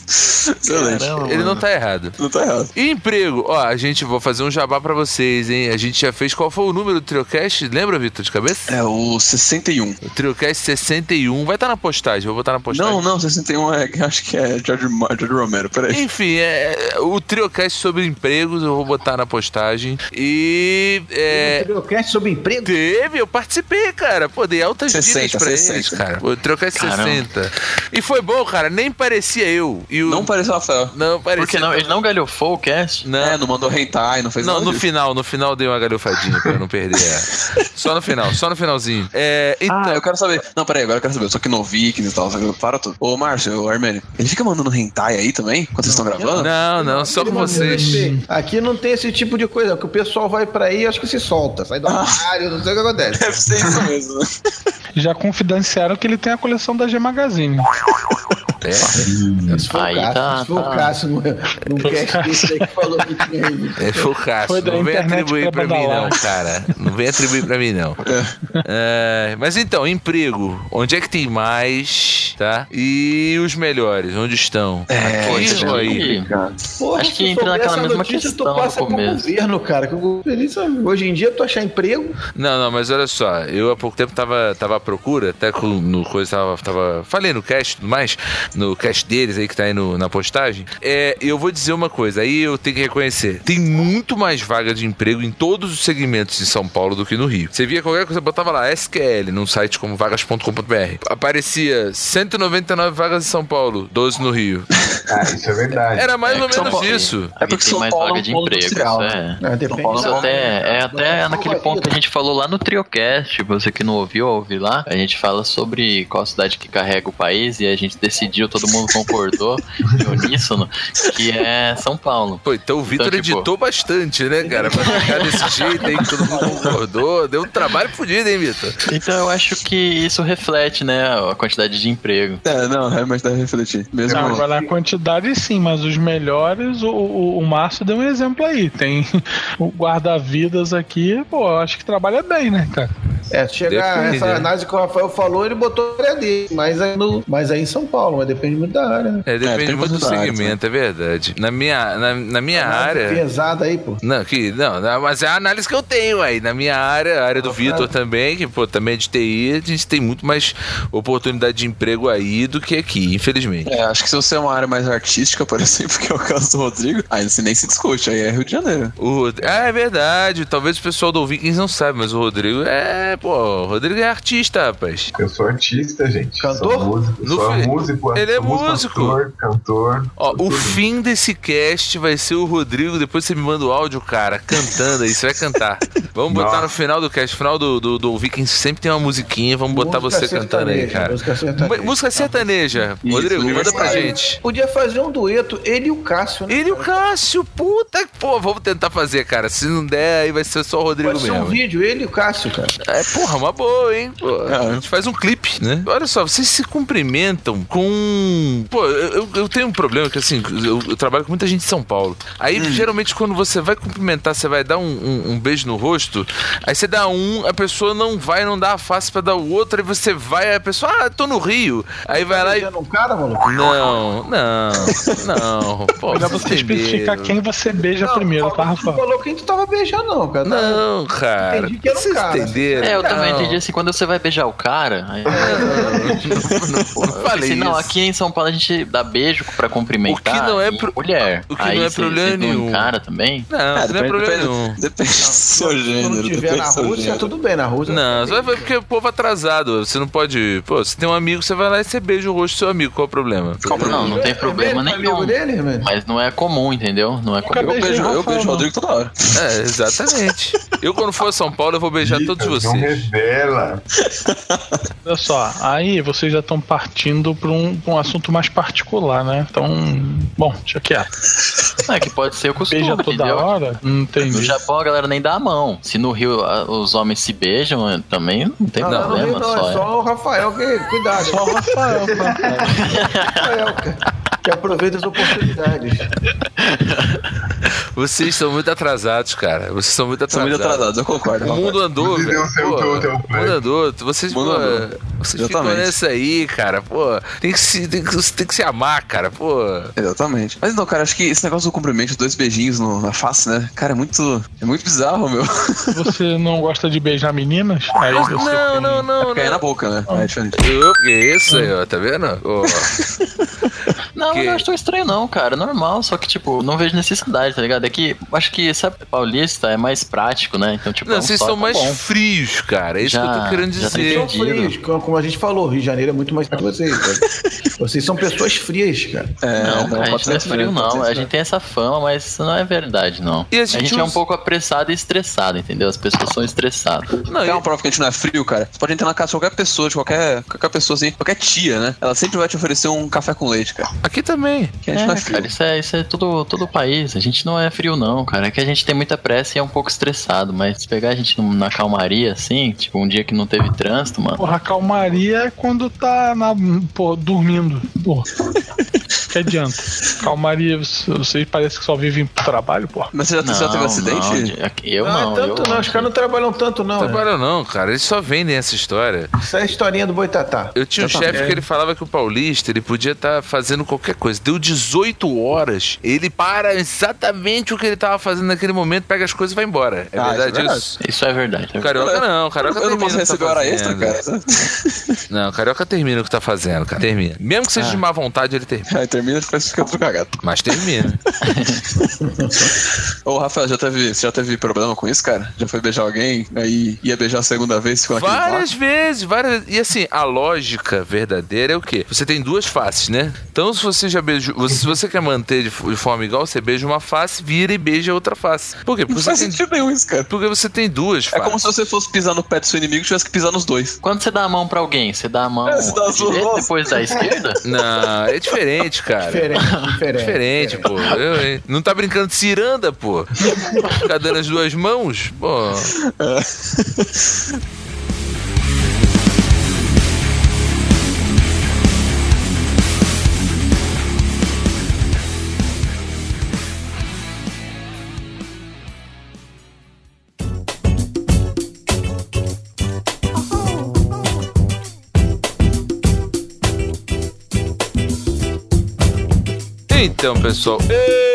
Speaker 3: Excelente.
Speaker 1: Ele não tá errado.
Speaker 3: Não tá errado.
Speaker 1: E emprego? Ó, a gente vou fazer um jabá pra vocês, hein? A gente já fez qual foi o número do Triocast? Lembra, Vitor, de cabeça?
Speaker 3: É o 61.
Speaker 1: O Triocast 61. Vai estar na postagem, vou botar na postagem.
Speaker 3: Não, não, 61 é. Acho que é George, Ma- George Romero. Peraí.
Speaker 1: Enfim, é, é, o Triocast sobre empregos eu vou botar na postagem. E. É,
Speaker 2: Eu quero sobre emprego.
Speaker 1: Teve, eu participei, cara. Pô, dei altas
Speaker 3: 60,
Speaker 1: dicas pra
Speaker 3: 60.
Speaker 1: eles, cara. Pô, trocar
Speaker 5: Caramba.
Speaker 1: 60. E foi bom, cara. Nem parecia eu. E o...
Speaker 3: Não pareceu Rafael.
Speaker 1: não parecia.
Speaker 5: Porque não, ele não galhofou o cast?
Speaker 1: Não.
Speaker 3: É, não mandou hentai, não fez
Speaker 1: Não,
Speaker 3: nada
Speaker 1: no
Speaker 3: disso.
Speaker 1: final, no final dei uma galhofadinha pra eu não perder. é. Só no final, só no finalzinho. É, então,
Speaker 3: Ah, eu quero saber. Não, peraí, agora eu quero saber. Eu sou aqui no Vikings e tal. só que eu- Para tudo. Ô, Márcio, ô, Armênio, ele fica mandando hentai aí também? Quando vocês estão gravando?
Speaker 1: Não, não, só com vocês.
Speaker 2: Aqui não tem esse tipo de coisa, que o pessoal vai pra aí e acho que se solta, sai
Speaker 1: Ah.
Speaker 2: do armário, não sei o que acontece.
Speaker 3: Deve ser isso mesmo. né?
Speaker 6: Já confidenciaram que ele tem a coleção da G Magazine.
Speaker 2: Se for
Speaker 5: Aí
Speaker 2: o Cássio,
Speaker 5: tá,
Speaker 2: se for
Speaker 5: tá.
Speaker 2: o Cássio, não, não quer esquecer que falou que tinha aí.
Speaker 1: É focaço.
Speaker 6: Foi da
Speaker 1: Não vem
Speaker 6: internet
Speaker 1: atribuir pra
Speaker 6: pra
Speaker 1: mim, não,
Speaker 6: badalar.
Speaker 1: cara. Não vem atribuir pra mim, não. É, mas então, emprego. Onde é que tem mais, tá? E os melhores, onde estão?
Speaker 3: É,
Speaker 1: Aqui
Speaker 5: isso
Speaker 1: ou aí?
Speaker 5: aí.
Speaker 2: Porra,
Speaker 5: Acho que
Speaker 2: se
Speaker 5: entra
Speaker 2: souber
Speaker 5: naquela
Speaker 2: essa
Speaker 5: mesma
Speaker 2: notícia,
Speaker 5: questão
Speaker 2: tu passa
Speaker 5: do
Speaker 2: pro
Speaker 5: começo.
Speaker 2: governo, cara. que o governo- Hoje em dia, tu achar emprego,
Speaker 1: Não, não, mas olha só, eu há pouco tempo tava, tava à procura, até com, no coisa tava, tava. Falei no cast e tudo mais, no cast deles aí que tá aí no- na postagem. É, eu vou dizer uma coisa, aí eu tenho que reconhecer: tem muito mais vaga de emprego em todos os segmentos de São Paulo do que no Rio. Você via qualquer coisa, botava lá SQL num site como vagas.com.br. Aparecia 199 vagas em São Paulo, 12 no Rio.
Speaker 4: Ah, isso é verdade.
Speaker 1: Era mais ou
Speaker 3: São
Speaker 1: menos
Speaker 3: Paulo-
Speaker 1: isso.
Speaker 5: É porque tem mais vaga de emprego, isso é.
Speaker 2: né, depende.
Speaker 3: Paulo
Speaker 5: Isso
Speaker 3: Não,
Speaker 5: até, é até
Speaker 2: não,
Speaker 5: naquele
Speaker 2: não,
Speaker 5: ponto que
Speaker 2: não.
Speaker 5: a gente falou lá no Triocast, você que não ouviu, ouve lá, a gente fala sobre qual cidade que carrega o país e a gente decidiu, todo mundo concordou em uníssono, que é São Paulo.
Speaker 1: Pô, então o Vitor
Speaker 5: Então, tipo-
Speaker 1: editou bastante, né, cara? Pra ficar desse jeito aí que todo mundo concordou. Deu um trabalho fodido, hein, Vitor?
Speaker 5: Então eu acho que isso reflete, né, a quantidade de emprego.
Speaker 3: É, não, realmente deve refletir. Mesmo.
Speaker 6: Não, agora a quantidade sim, mas os melhores, o, o, o Márcio deu um exemplo aí. Tem o guarda-vidas aqui, pô, eu acho que trabalha bem, né, cara?
Speaker 2: É, se chegar
Speaker 1: Depende,
Speaker 2: essa
Speaker 1: né?
Speaker 2: análise que o Rafael falou, ele botou o dele. Mas aí, no, mas aí em São Paulo, mas depende muito da área. né?
Speaker 1: É, depende
Speaker 3: tem
Speaker 1: muito do
Speaker 3: muitas áreas,
Speaker 1: segmento, é verdade. Na minha, na, na minha área.
Speaker 2: Pesada aí, pô.
Speaker 1: Não, que, não, não, mas é a análise que eu tenho aí. Na minha área, a área do Vitor também, que pô, também é de TI, a gente tem muito mais oportunidade de emprego aí do que aqui, infelizmente.
Speaker 3: É, acho que se você é uma área mais artística, por exemplo, que é o caso do Rodrigo, aí você nem se discute, aí é Rio de Janeiro.
Speaker 1: O Rod- ah, é verdade. Talvez o pessoal do Vikings não saiba, mas o Rodrigo é, pô, o Rodrigo é artista, rapaz.
Speaker 4: Eu sou artista, gente.
Speaker 2: Cantor?
Speaker 4: Sou músico.
Speaker 1: No
Speaker 4: sou
Speaker 1: fi-
Speaker 4: músico.
Speaker 1: Ele é
Speaker 4: sou
Speaker 1: músico.
Speaker 4: Ator, cantor.
Speaker 1: Ó, o fim desse cast vai ser o Rodrigo. Depois você me manda o áudio, cara, cantando aí. Você vai cantar. Vamos botar no final do cast, final do, do, do Viking sempre tem uma musiquinha, vamos botar
Speaker 2: Música
Speaker 1: você cantando aí,
Speaker 2: sertaneja,
Speaker 1: cara.
Speaker 2: Música
Speaker 1: Mu-
Speaker 2: sertaneja.
Speaker 1: Música sertaneja.
Speaker 3: Isso,
Speaker 1: Rodrigo, manda pra
Speaker 3: aniversário.
Speaker 1: gente.
Speaker 2: Podia fazer um dueto, ele e o Cássio. né?
Speaker 1: Ele e o Cássio, puta que. Pô, vamos tentar fazer, cara. Se não der, aí vai ser só o Rodrigo
Speaker 2: Pode ser um
Speaker 1: mesmo.
Speaker 2: vídeo, ele e o Cássio, cara.
Speaker 1: É, porra, uma boa, hein? Pô,
Speaker 3: É.
Speaker 1: a gente faz um clipe, né? Olha só, vocês se cumprimentam com. Pô, eu, eu- eu tenho um problema que, assim, eu, eu trabalho com muita gente de São Paulo. Aí, geralmente, quando você vai cumprimentar, você vai dar um, um- um beijo no rosto, aí você dá um, a pessoa não vai, não dá a face pra dar o outro, aí você vai, a pessoa, ah, tô no Rio. Aí vai lá e.
Speaker 2: Beijando um cara, maluco.
Speaker 1: Não, não, não. Pô,
Speaker 6: Melhor você especificar
Speaker 2: é.
Speaker 6: quem você beija
Speaker 2: Não,
Speaker 6: primeiro, tá,
Speaker 2: falou- Tu
Speaker 6: Rafa?
Speaker 2: falou quem tu tava beijando, não, cara.
Speaker 1: Não, cara.
Speaker 2: Entendi que era um
Speaker 1: vocês
Speaker 2: cara.
Speaker 1: entenderam?
Speaker 5: É, eu também
Speaker 1: Não.
Speaker 5: entendi assim, quando você vai beijar o cara. Aí...
Speaker 1: Não, não, não falei
Speaker 5: Assim, não,
Speaker 1: isso.
Speaker 5: aqui em São Paulo a gente dá beijo pra cumprimentar.
Speaker 1: O que não é
Speaker 5: em
Speaker 1: pro-
Speaker 5: mulher.
Speaker 1: o que
Speaker 5: Aí
Speaker 1: não é
Speaker 5: cê-
Speaker 1: problema
Speaker 5: cê dá um
Speaker 1: nenhum.
Speaker 5: cara também.
Speaker 1: Não,
Speaker 3: É,
Speaker 1: isso não é problema nenhum.
Speaker 3: Depende do seu
Speaker 2: Se
Speaker 3: gênero.
Speaker 2: não tiver
Speaker 3: Depende
Speaker 2: na
Speaker 3: do seu
Speaker 2: Rússia,
Speaker 3: gênero.
Speaker 2: tudo bem, na Rússia.
Speaker 1: Não, só vai porque o povo atrasado. Você não pode. Pô, você tem um amigo, você vai lá e você beija o rosto do seu amigo. Qual o problema?
Speaker 3: Qual o problema?
Speaker 5: Não, não
Speaker 1: é,
Speaker 5: tem problema
Speaker 1: tá
Speaker 2: Primeiro,
Speaker 5: nenhum.
Speaker 2: amigo dele, irmão?
Speaker 5: Mas não é comum, entendeu? Não é
Speaker 6: Nunca
Speaker 5: comum.
Speaker 3: Eu beijo,
Speaker 6: Beijei
Speaker 3: eu
Speaker 6: o Rafael,
Speaker 3: beijo o
Speaker 6: não.
Speaker 3: Rodrigo toda hora.
Speaker 1: É, exatamente. Eu, quando for a São Paulo, eu vou beijar todos
Speaker 4: Não
Speaker 1: vocês.
Speaker 4: revela.
Speaker 6: Olha só, aí vocês já estão partindo pra um, pra um assunto mais particular, né? Então, bom, deixa quieto.
Speaker 5: É que pode ser o costume,
Speaker 6: Beija toda
Speaker 5: entendeu?
Speaker 6: hora? Não
Speaker 5: No
Speaker 6: entendi.
Speaker 5: Japão a galera nem dá a mão. Se no Rio a- os homens se beijam, eh, também não tem
Speaker 2: Não, não, não,
Speaker 5: problema.
Speaker 2: não,
Speaker 5: só
Speaker 2: é
Speaker 5: é.
Speaker 2: só o Rafael que. Cuidado, só o Rafael, cara. Rafael, cara. Que aproveita as oportunidades.
Speaker 1: Vocês são muito atrasados, cara. Vocês são muito
Speaker 3: São muito
Speaker 1: atrasados.
Speaker 3: atrasados, eu concordo.
Speaker 1: O mundo andou,
Speaker 4: Inclusive,
Speaker 1: velho.
Speaker 4: eu sei o
Speaker 1: Pô,
Speaker 4: teu- teu
Speaker 1: o mundo
Speaker 4: prédio.
Speaker 1: andou. Vocês,
Speaker 3: O mundo
Speaker 1: pô,
Speaker 3: andou.
Speaker 1: vocês ficam
Speaker 3: Exatamente.
Speaker 1: nessa aí, cara. Pô, tem que se, tem que, tem que se amar, cara. Pô.
Speaker 3: Exatamente. Mas não, cara, acho que esse negócio do cumprimento, dois beijinhos no- na face, né? Cara, é muito. É muito bizarro, meu.
Speaker 6: Você não gosta de beijar meninas? Aí você
Speaker 1: Não,
Speaker 6: tem-
Speaker 1: não, não,
Speaker 3: Cair na
Speaker 1: não.
Speaker 3: boca, né? É diferente.
Speaker 1: Eu- que isso aí, ó, tá vendo? Ó.
Speaker 5: Não,
Speaker 1: Que-
Speaker 5: eu não acho tão estranho, não, cara. É normal, só que, tipo, não vejo necessidade, tá ligado? É que, acho que, sabe, paulista é mais prático, né? Então, tipo, é
Speaker 1: Não,
Speaker 5: um
Speaker 1: vocês
Speaker 5: só,
Speaker 1: são
Speaker 5: tá
Speaker 1: mais
Speaker 5: bom.
Speaker 1: frios, cara. É isso que eu tô
Speaker 5: Já-
Speaker 1: querendo
Speaker 5: já tô
Speaker 1: dizer.
Speaker 2: São
Speaker 5: entendi. Entendido.
Speaker 1: né?
Speaker 2: frios, como como a gente falou, Rio de Janeiro é muito mais que vocês, cara. Vocês são pessoas frias, cara.
Speaker 3: É,
Speaker 5: Não, cara,
Speaker 3: pode
Speaker 5: a gente não é
Speaker 3: ser
Speaker 5: frio,
Speaker 3: diferente,
Speaker 5: não.
Speaker 3: pode ser
Speaker 5: A gente tem essa fama, mas isso não é verdade, não.
Speaker 1: E a
Speaker 5: a
Speaker 1: gente
Speaker 5: gente, é um
Speaker 1: usa-
Speaker 5: pouco apressado e estressado, entendeu? As pessoas são estressadas.
Speaker 1: Não,
Speaker 3: Quer
Speaker 1: e-
Speaker 3: uma prova que a gente não é frio, cara? Você pode entrar na casa de qualquer pessoa, de qualquer, qualquer pessoa assim, qualquer tia, né? Ela sempre vai te oferecer um café com leite, cara.
Speaker 1: aqui também.
Speaker 3: Que a gente
Speaker 5: É,
Speaker 3: não é frio.
Speaker 5: cara, isso é, isso é todo, todo o país. A gente não é frio, não, cara. É que a gente tem muita pressa e é um pouco estressado. Mas se pegar a gente num- na calmaria, assim, tipo, um dia que não teve trânsito, mano.
Speaker 6: Porra, calmaria é quando tá na, pô, dormindo. Porra. Que adianta? Calmaria, você- vocês parecem que só vivem pro trabalho, porra.
Speaker 3: Mas você já, você já teve acidente? Ah,
Speaker 5: Não, eu
Speaker 2: Não,
Speaker 5: não.
Speaker 2: é tanto
Speaker 5: eu,
Speaker 3: né?
Speaker 2: não, os caras não trabalham tanto não.
Speaker 1: Não
Speaker 2: né?
Speaker 1: trabalham não, cara. Eles só vendem essa história.
Speaker 2: Isso é a historinha do Boitatá.
Speaker 1: Eu tinha um
Speaker 3: tá
Speaker 1: chefe que ele falava que o paulista, ele podia estar fazendo qualquer coisa. Deu 18 horas, ele para exatamente o que ele tava fazendo naquele momento, pega as coisas e vai embora. É
Speaker 3: Ah, isso é
Speaker 1: verdade isso?
Speaker 3: verdade.
Speaker 5: Isso é verdade.
Speaker 1: O Carioca não, o carioca
Speaker 3: eu não posso
Speaker 1: termina o que tá
Speaker 3: receber hora extra,
Speaker 1: fazendo.
Speaker 3: cara.
Speaker 1: Não, o carioca termina o que tá fazendo, cara. Termina. Mesmo que
Speaker 3: Ah.
Speaker 1: seja de má vontade, ele termina.
Speaker 3: Aí termina e depois fica tudo cagado.
Speaker 1: Mas termina.
Speaker 3: Ô, Rafael, já teve, você já teve problema com isso, cara? Já foi beijar alguém, aí ia beijar a segunda vez, ficou naquele várias...
Speaker 1: Várias vezes, várias E assim, a lógica verdadeira é o quê? Você tem duas faces, né? Então, se você já beijou. você- se você quer manter de, f- de forma igual, você beija uma face, vira e beija a outra face. Por quê? Porque
Speaker 3: Não
Speaker 1: você
Speaker 3: faz
Speaker 1: tem,
Speaker 3: sentido nenhum isso, cara.
Speaker 1: porque você tem duas
Speaker 3: É
Speaker 1: faces.
Speaker 3: como se você fosse pisar no pé do seu inimigo e tivesse que pisar nos dois.
Speaker 5: Quando você dá a mão pra alguém, você dá a mão
Speaker 3: É, você dá as duas
Speaker 5: direita,
Speaker 3: mãos.
Speaker 5: depois da esquerda?
Speaker 1: Não, é diferente, cara. É
Speaker 2: Diferente, diferente.
Speaker 1: Diferente, pô. Eu, hein? Não tá brincando de ciranda, pô. Ficar dando as duas mãos, pô. Então, pessoal,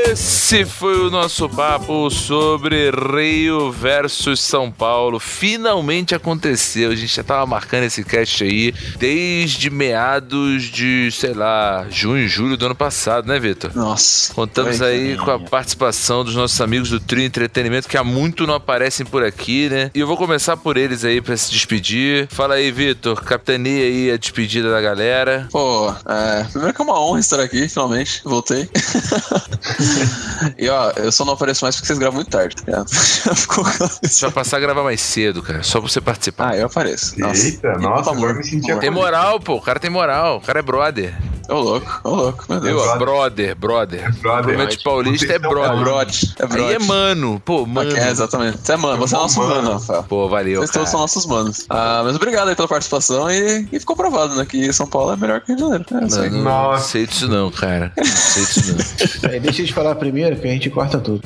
Speaker 1: esse foi o nosso papo sobre Rio versus São Paulo. Finalmente aconteceu. A gente já tava marcando esse cast aí desde meados de, sei lá, junho, julho do ano passado, né, Vitor?
Speaker 3: Nossa.
Speaker 1: Contamos
Speaker 3: Foi.
Speaker 1: aí com a participação dos nossos amigos do Trio Entretenimento, que há muito não aparecem por aqui, né? E eu vou começar por eles aí pra se despedir. Fala aí, Vitor, capitania aí a despedida da galera.
Speaker 3: Pô, é, primeiro que é uma honra estar aqui, finalmente. Voltei aí. e ó, eu só não apareço mais porque vocês gravam muito tarde. tá ligado? Já ficou claro isso.
Speaker 1: Você vai passar a gravar mais cedo, cara. Só pra você participar.
Speaker 3: Ah, eu apareço.
Speaker 4: Eita,
Speaker 3: E,
Speaker 4: nossa,
Speaker 3: por favor,
Speaker 4: agora me senti
Speaker 3: por favor.
Speaker 1: Tem moral, pô. O cara tem moral. O cara é brother.
Speaker 3: Ô louco, ô louco, meu
Speaker 1: Viu?
Speaker 3: Deus.
Speaker 1: ó, Brother, brother.
Speaker 4: Brother.
Speaker 1: Promete paulista é
Speaker 4: Vocês são
Speaker 3: É
Speaker 1: brother.
Speaker 3: brode, é brode.
Speaker 1: Aí é mano. Pô, mano.
Speaker 3: É, exatamente. Você é mano, você é nosso
Speaker 4: Mano.
Speaker 3: mano, Rafael.
Speaker 1: Pô, valeu,
Speaker 3: Vocês
Speaker 1: cara.
Speaker 3: todos são nossos manos. Ah, mas obrigado aí pela participação e, e ficou provado, né? Que São Paulo é melhor que Rio de Janeiro. É isso
Speaker 1: Não,
Speaker 3: aí.
Speaker 1: não
Speaker 4: Nossa.
Speaker 1: sei disso não, cara. Não sei disso não.
Speaker 2: Peraí, deixa eu te falar primeiro, que a gente corta tudo.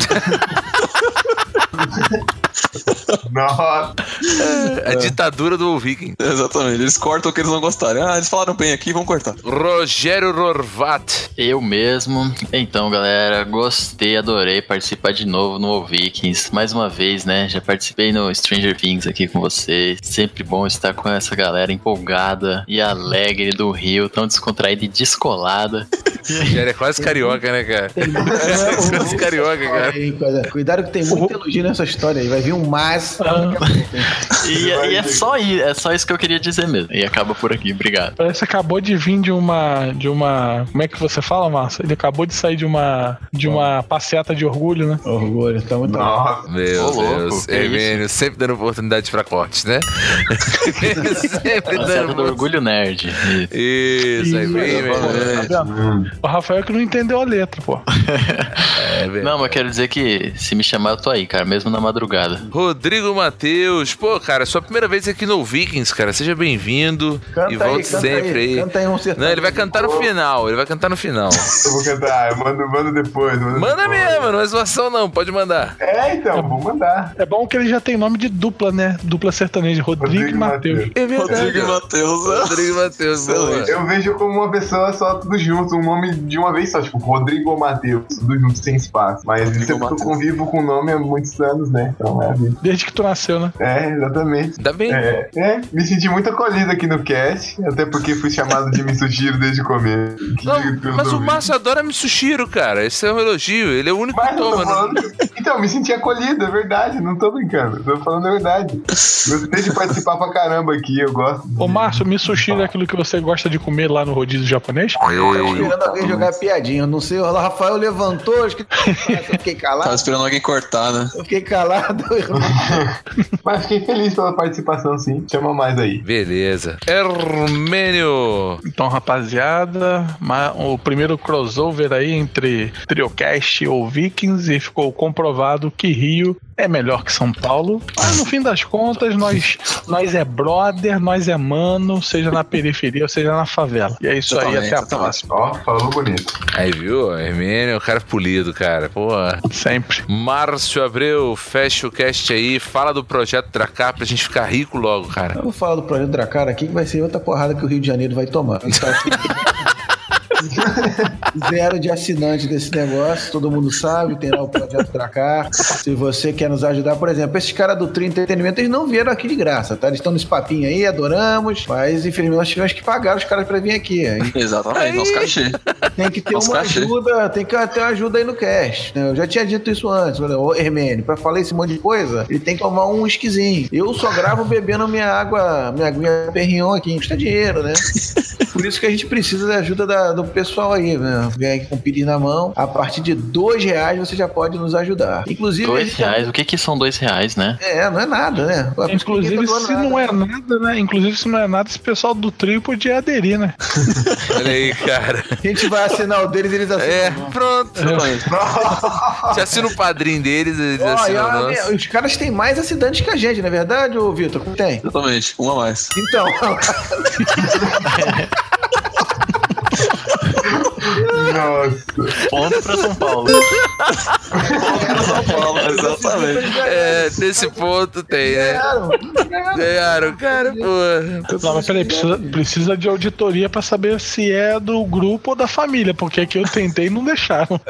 Speaker 4: Nossa,
Speaker 1: A É ditadura do Viking.
Speaker 3: Exatamente, eles cortam o que eles não gostarem. Ah, eles falaram bem aqui, vamos cortar.
Speaker 1: Rogério Rorvat.
Speaker 5: Eu mesmo. Então, galera, gostei, adorei participar de novo no All Vikings. Mais uma vez, né? Já participei no Stranger Things aqui com vocês. Sempre bom estar com essa galera empolgada e alegre do Rio, tão descontraída e descolada.
Speaker 1: Rogério é quase carioca, né, cara?
Speaker 2: É,
Speaker 1: Quase carioca, cara.
Speaker 2: Cuidado que tem muito elogio nessa história aí. Vai vir um mas.
Speaker 5: E, e é só isso, é só isso que eu queria dizer mesmo. E acaba por aqui, obrigado.
Speaker 6: Parece que acabou de vir de uma. de uma. Como é que você fala, Márcio? Ele acabou de sair de uma. de uma passeata de orgulho, né?
Speaker 2: Orgulho, tá muito
Speaker 4: nossa.
Speaker 1: Meu
Speaker 5: Ô, louco,
Speaker 1: Deus.
Speaker 5: que isso?
Speaker 1: Hermênio sempre dando oportunidade pra cortes, né? Hermênio sempre
Speaker 5: Passada do
Speaker 1: dando.
Speaker 5: Orgulho Nerd. Isso.
Speaker 1: Isso, aí, bem,
Speaker 6: Tá vendo?
Speaker 4: Hum.
Speaker 6: O Rafael que não entendeu a letra, pô.
Speaker 1: é, bem.
Speaker 5: Não, mas quero dizer que se me chamar, eu tô aí, cara, mesmo na madrugada.
Speaker 1: Rodrigo Matheus, pô, cara, sua primeira vez aqui no Vikings, cara, seja bem-vindo
Speaker 2: Canta
Speaker 1: e volte
Speaker 2: aí, canta
Speaker 1: sempre aí.
Speaker 2: aí, canta aí um sertão.
Speaker 1: Não, ele vai cantar no final, ele vai cantar no final.
Speaker 4: Eu vou cantar, eu mando, mando depois. Mando
Speaker 1: Manda
Speaker 4: depois.
Speaker 1: mesmo, não é zoação não, pode mandar.
Speaker 4: É, então, vou mandar.
Speaker 6: É bom que ele já tem nome de dupla, né? Dupla sertaneja, Rodrigo,
Speaker 4: Rodrigo
Speaker 6: e Matheus.
Speaker 4: Mateus.
Speaker 1: É verdade.
Speaker 3: Rodrigo e
Speaker 1: Rodrigo,
Speaker 3: Matheus. né?
Speaker 1: Matheus, boa.
Speaker 3: Excelente.
Speaker 4: Eu vejo como uma pessoa só tudo junto, um nome de uma vez só, tipo Rodrigo ou Matheus, tudo junto sem espaço. Mas
Speaker 3: Rodrigo
Speaker 4: sempre que eu
Speaker 3: Mateus.
Speaker 4: convivo com o nome há muitos anos, né? Então é a vida.
Speaker 6: Desde que tu nasceu, né?
Speaker 4: É, exatamente.
Speaker 1: Ainda bem.
Speaker 4: É, é, me senti muito acolhido aqui no cast, até porque fui chamado de Missugiro desde o começo. Que
Speaker 1: Não,
Speaker 4: digo pelos
Speaker 1: mas o
Speaker 4: ouvintes.
Speaker 1: Márcio adora Missushiro, cara. Esse é um elogio. Ele é o único
Speaker 4: Mas
Speaker 1: que
Speaker 4: eu tô
Speaker 1: toma. né?
Speaker 4: falando. Então, me senti acolhido, é verdade, não tô brincando, tô falando a verdade. Gostei de participar pra caramba aqui, eu gosto.
Speaker 6: Ô, Márcio, me sushi é aquilo que você gosta de comer lá no rodízio japonês?
Speaker 1: Ei,
Speaker 2: Tá Esperando alguém jogar piadinha. Não sei, o Rafael levantou, acho que eu fiquei
Speaker 3: Tava
Speaker 2: calado.
Speaker 3: esperando alguém cortar, né?
Speaker 2: Eu fiquei calado.
Speaker 4: Mas fiquei feliz pela participação, sim. Chama mais aí.
Speaker 1: Beleza. Hermênio.
Speaker 6: Então, rapaziada, ma- o primeiro crossover aí entre Triocast ou Vikings e ficou comprovado que Rio é melhor que São Paulo. Mas no fim das contas, nós, nós é brother, nós é mano, seja na periferia ou seja na favela. E é isso aí,
Speaker 3: Totalmente,
Speaker 6: até a
Speaker 3: totalmente.
Speaker 6: próxima.
Speaker 4: Ó, falou bonito.
Speaker 1: Aí, viu? Hermênio é o cara polido, cara. Porra.
Speaker 6: Sempre.
Speaker 1: Márcio Abreu, fecha o cast aí. Fala do projeto Dracar pra gente ficar rico logo, cara.
Speaker 2: Eu vou falar do projeto Dracara aqui, que vai ser outra porrada que o Rio de Janeiro vai tomar. Então, Zero de assinante desse negócio, todo mundo sabe, tem lá o projeto Dracar. Se você quer nos ajudar, por exemplo, esses caras do Tri Entretenimento, eles não vieram aqui de graça, tá? Eles estão nesse papinho aí, adoramos, mas infelizmente nós tivemos que pagar os caras pra vir aqui. é Aí
Speaker 3: Exatamente, nosso cachê.
Speaker 2: Tem que ter
Speaker 3: Nossa,
Speaker 2: uma
Speaker 3: cachê.
Speaker 2: ajuda, tem que ter uma ajuda aí no cast. né? Eu já tinha dito isso antes, falei, ô Hermênio, pra falar esse monte de coisa, ele tem que tomar um esquisinho. Eu só gravo bebendo minha água, minha aguinha perrion aqui, custa dinheiro, né? Por isso que a gente precisa da ajuda da- do pessoal aí, né? Vem aqui com o pedir na mão. A partir de dois reais você já pode nos ajudar. Inclusive. a
Speaker 5: Dois
Speaker 2: gente-
Speaker 5: reais, o que que são dois reais, né?
Speaker 2: É, não é nada, né? Por isso que
Speaker 6: Inclusive,
Speaker 2: ninguém tá doando nada.
Speaker 6: se não é nada, né? Inclusive, se não é nada, esse pessoal do trio podia aderir, né?
Speaker 1: Olha aí, cara.
Speaker 2: A gente vai assinar o deles, eles assinam.
Speaker 1: É, pronto. Te assina o padrinho deles, eles
Speaker 2: Ó, e
Speaker 1: assinam o
Speaker 2: olha,
Speaker 1: nosso.
Speaker 2: os caras têm mais acidentes que a gente, não é verdade, ô Vitor? Tem.
Speaker 3: Exatamente, um a mais.
Speaker 2: Então.
Speaker 4: Nossa.
Speaker 5: Ponto pra São Paulo.
Speaker 3: São Paulo, exatamente.
Speaker 1: É, nesse ponto tem, né? Ganharam, cara, pô.
Speaker 6: Não, mas peraí, precisa, precisa de auditoria pra saber se é do grupo ou da família, porque aqui eu tentei e não deixaram.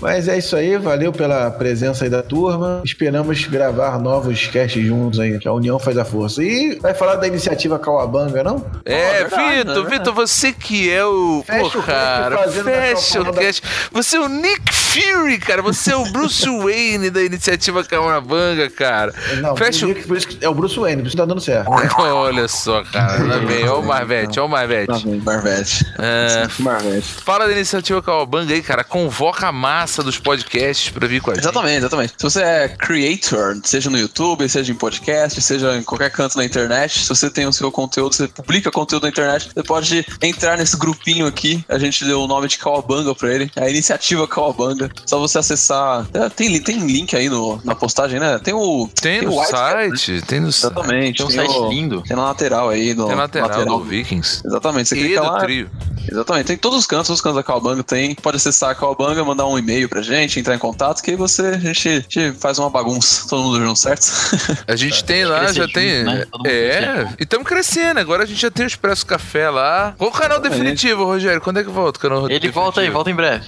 Speaker 2: Mas é isso aí, valeu pela presença aí da turma. Esperamos gravar novos casts juntos aí, que a União faz a força. E vai falar da iniciativa Cauabanga, não?
Speaker 1: É,
Speaker 3: verdade,
Speaker 1: Vitor,
Speaker 3: é
Speaker 1: Vitor, você que é o.
Speaker 2: né? Fecha o
Speaker 1: Pô,
Speaker 2: cast
Speaker 1: cara,
Speaker 2: fazendo
Speaker 1: fecha o
Speaker 2: da-
Speaker 1: cast. Você é o Nick Fury, cara. Você é o Bruce Wayne da iniciativa Camarabanga, cara.
Speaker 2: Não,
Speaker 1: Fecha o.
Speaker 2: por isso que- por isso que- é o Bruce Wayne, por isso que tá dando certo.
Speaker 1: Olha só, cara. Lá vem. Olha o Marvete, olha o Marvete.
Speaker 3: Marvete.
Speaker 1: É,
Speaker 3: Marvete.
Speaker 1: fala da iniciativa Camarabanga aí, cara. Convoca a massa dos podcasts pra vir com a gente.
Speaker 3: Exatamente, exatamente. Se você é creator, seja no YouTube, seja em podcast, seja em qualquer canto na internet, se você tem o seu conteúdo, você publica conteúdo na internet, você pode entrar nesse grupinho aqui. A gente deu o nome de Cowabunga pra ele, é a iniciativa Cowabunga. Só você acessar. é, Tem, tem link aí no, na postagem, né? Tem o.
Speaker 1: Tem no
Speaker 3: o white-
Speaker 5: né?
Speaker 1: site, tem no site.
Speaker 3: Exatamente.
Speaker 5: Tem um site
Speaker 3: o-
Speaker 5: lindo.
Speaker 3: Tem na lateral aí. No,
Speaker 1: Tem lateral,
Speaker 3: lateral.
Speaker 1: do Vikings.
Speaker 3: Exatamente, você
Speaker 1: E
Speaker 3: clica
Speaker 1: do
Speaker 3: lá,
Speaker 1: trio.
Speaker 3: Exatamente, tem todos os cantos, todos os cantos da Calbanga tem. Pode acessar a Calbanga, mandar um e-mail pra gente, entrar em contato, que aí você, a gente, a gente faz uma bagunça, todo mundo junto, certo?
Speaker 1: A gente tem lá,
Speaker 5: crescer
Speaker 1: já
Speaker 5: junto,
Speaker 1: tem.
Speaker 5: né? Todo mundo
Speaker 1: É,
Speaker 5: crescer.
Speaker 1: e estamos crescendo. Agora a gente já tem o Expresso Café lá. Qual o canal definitivo, Rogério? Quando é que volta o canal
Speaker 5: Ele volta aí, volta em breve.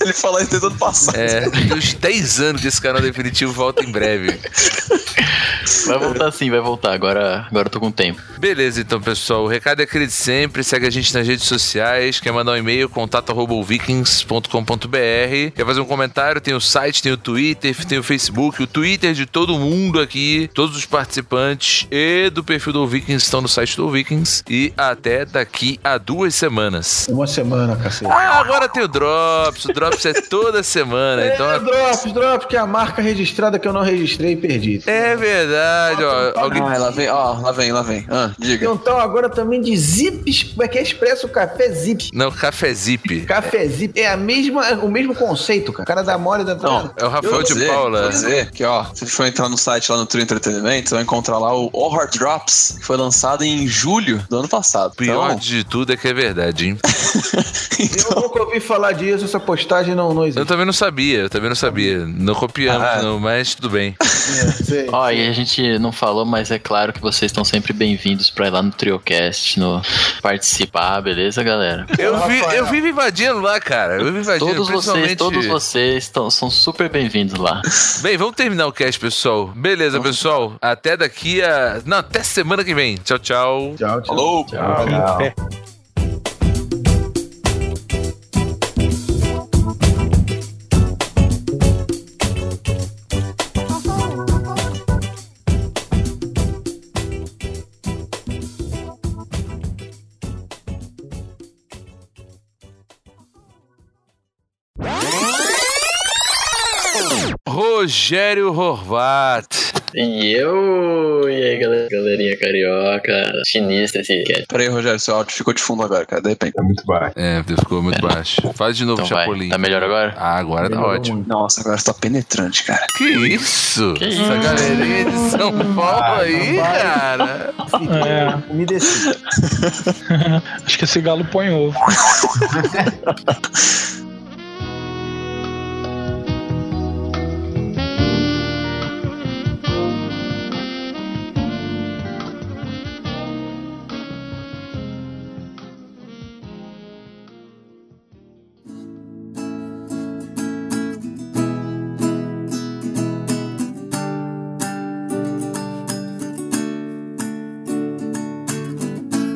Speaker 3: Ele fala isso desde o ano passado.
Speaker 1: É, tem uns 10 anos que esse canal definitivo volta em breve.
Speaker 5: Vai voltar sim, vai voltar. Agora, agora eu tô com tempo.
Speaker 1: Beleza, então, pessoal. O recado é aquele de sempre. Segue a gente nas redes sociais. Quer mandar um e-mail? Contato vikings.com.br. Quer fazer um comentário? Tem o site, tem o Twitter, tem o Facebook. O Twitter de todo mundo aqui, todos os participantes e do perfil do Vikings estão no site do Vikings. E até daqui a duas semanas.
Speaker 2: Uma semana, cacete.
Speaker 1: Ah, agora tem o Drops. O Drops é toda semana. Então,
Speaker 2: É, drops, drops, que é a marca registrada que eu não registrei e perdi.
Speaker 1: é verdade.
Speaker 2: um
Speaker 1: Ó, alguém
Speaker 3: Ah, lá vem, ó, lá vem, lá vem. Ah, diga.
Speaker 2: Então agora também de zip, como é que é expresso café zip?
Speaker 1: Não, Café Zip.
Speaker 2: Café zip é a mesma, o mesmo conceito, cara. O cara da mole da entrada.
Speaker 1: É o Rafael
Speaker 3: Vou
Speaker 1: de
Speaker 3: dizer,
Speaker 1: Paula.
Speaker 3: Vou dizer que, ó, se você for entrar no site lá no True Entretenimento, você vai encontrar lá o All Heart Drops, que foi lançado em julho do ano passado.
Speaker 1: O pior
Speaker 3: Então,
Speaker 1: de tudo é que é verdade, hein?
Speaker 2: Eu nunca ouvi falar disso, essa postagem não, não
Speaker 1: Eu
Speaker 2: existe.
Speaker 1: também não sabia, eu também não sabia. Não copiamos,
Speaker 3: Ah.
Speaker 1: não, mas tudo bem.
Speaker 2: Sei.
Speaker 5: Ó, e a gente não falou, mas é claro que vocês estão sempre bem-vindos pra ir lá no Triocast, no participar, beleza, galera?
Speaker 1: Eu, vi, eu vivo invadindo lá, cara. Eu vivo invadindo,
Speaker 5: Todos vocês,
Speaker 1: principalmente.
Speaker 5: todos vocês estão, são super bem-vindos lá.
Speaker 1: Bem, vamos terminar o cast, pessoal. Beleza, pessoal. Até daqui a. Não, até semana que vem. Tchau, tchau.
Speaker 2: Tchau, tchau.
Speaker 3: Falou!
Speaker 6: Até.
Speaker 1: Rogério Horvat.
Speaker 5: E eu. E aí, galera, galerinha carioca, chinista esse cast.
Speaker 3: Peraí, Rogério, seu áudio ficou de fundo agora, cara. De repente.
Speaker 4: É muito baixo.
Speaker 1: É, ficou muito baixo. Faz de novo,
Speaker 5: Então vai,
Speaker 1: Chapolin.
Speaker 5: tá melhor agora?
Speaker 1: Ah, agora tá ótimo.
Speaker 3: Nossa, agora você tá penetrante, cara.
Speaker 1: Que isso?
Speaker 5: Que
Speaker 1: Essa
Speaker 5: isso?
Speaker 1: galerinha de São Paulo aí,
Speaker 2: vai.
Speaker 1: cara.
Speaker 6: É.
Speaker 2: Me desci.
Speaker 6: Acho que esse galo põe ovo.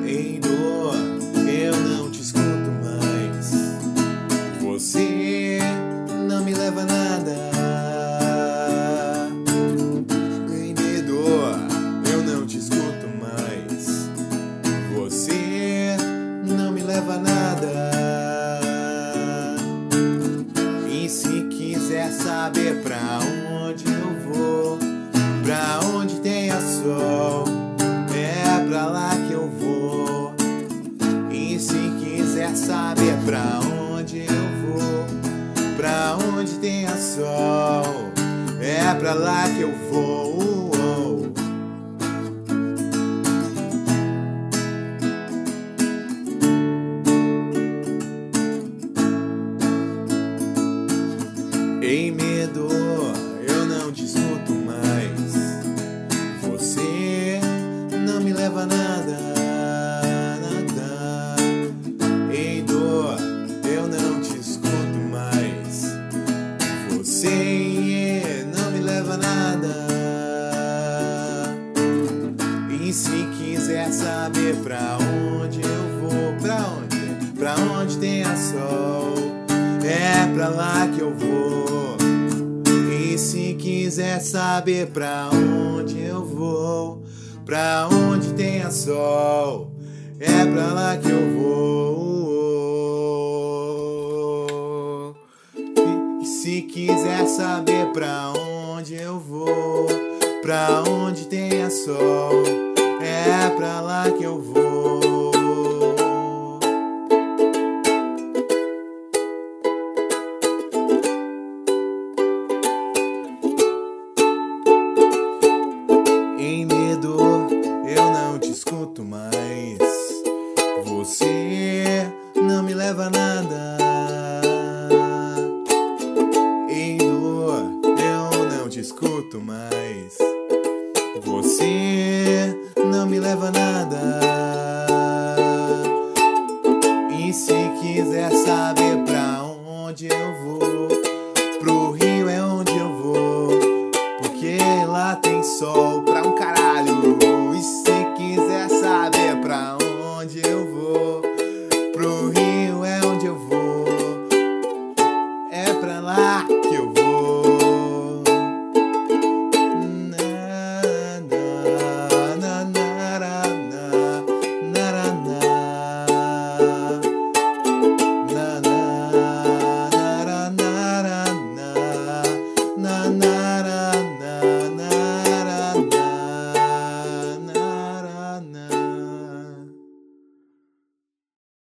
Speaker 7: Ei, dor, eu não te escuto mais. Você não me leva a nada. Ei, dor, eu não te escuto mais. Você não me leva a nada. E se quiser saber pra onde eu vou, pra onde tenha sol, é pra lá que eu vou. E se quiser saber pra onde eu vou, pra onde tenha sol, é pra lá que eu vou. Ei medo, eu não te escuto mais. Você não me leva a nada, nada. Ei dor, eu não te escuto mais. Você não me leva a nada. E se quiser saber pra onde eu vou, pra onde, pra onde tem a sol, é pra lá que eu vou. se quiser saber pra onde eu vou, pra onde tenha sol, é pra lá que eu vou. E se quiser saber pra onde eu vou, pra onde tenha sol, é pra lá que eu vou. é um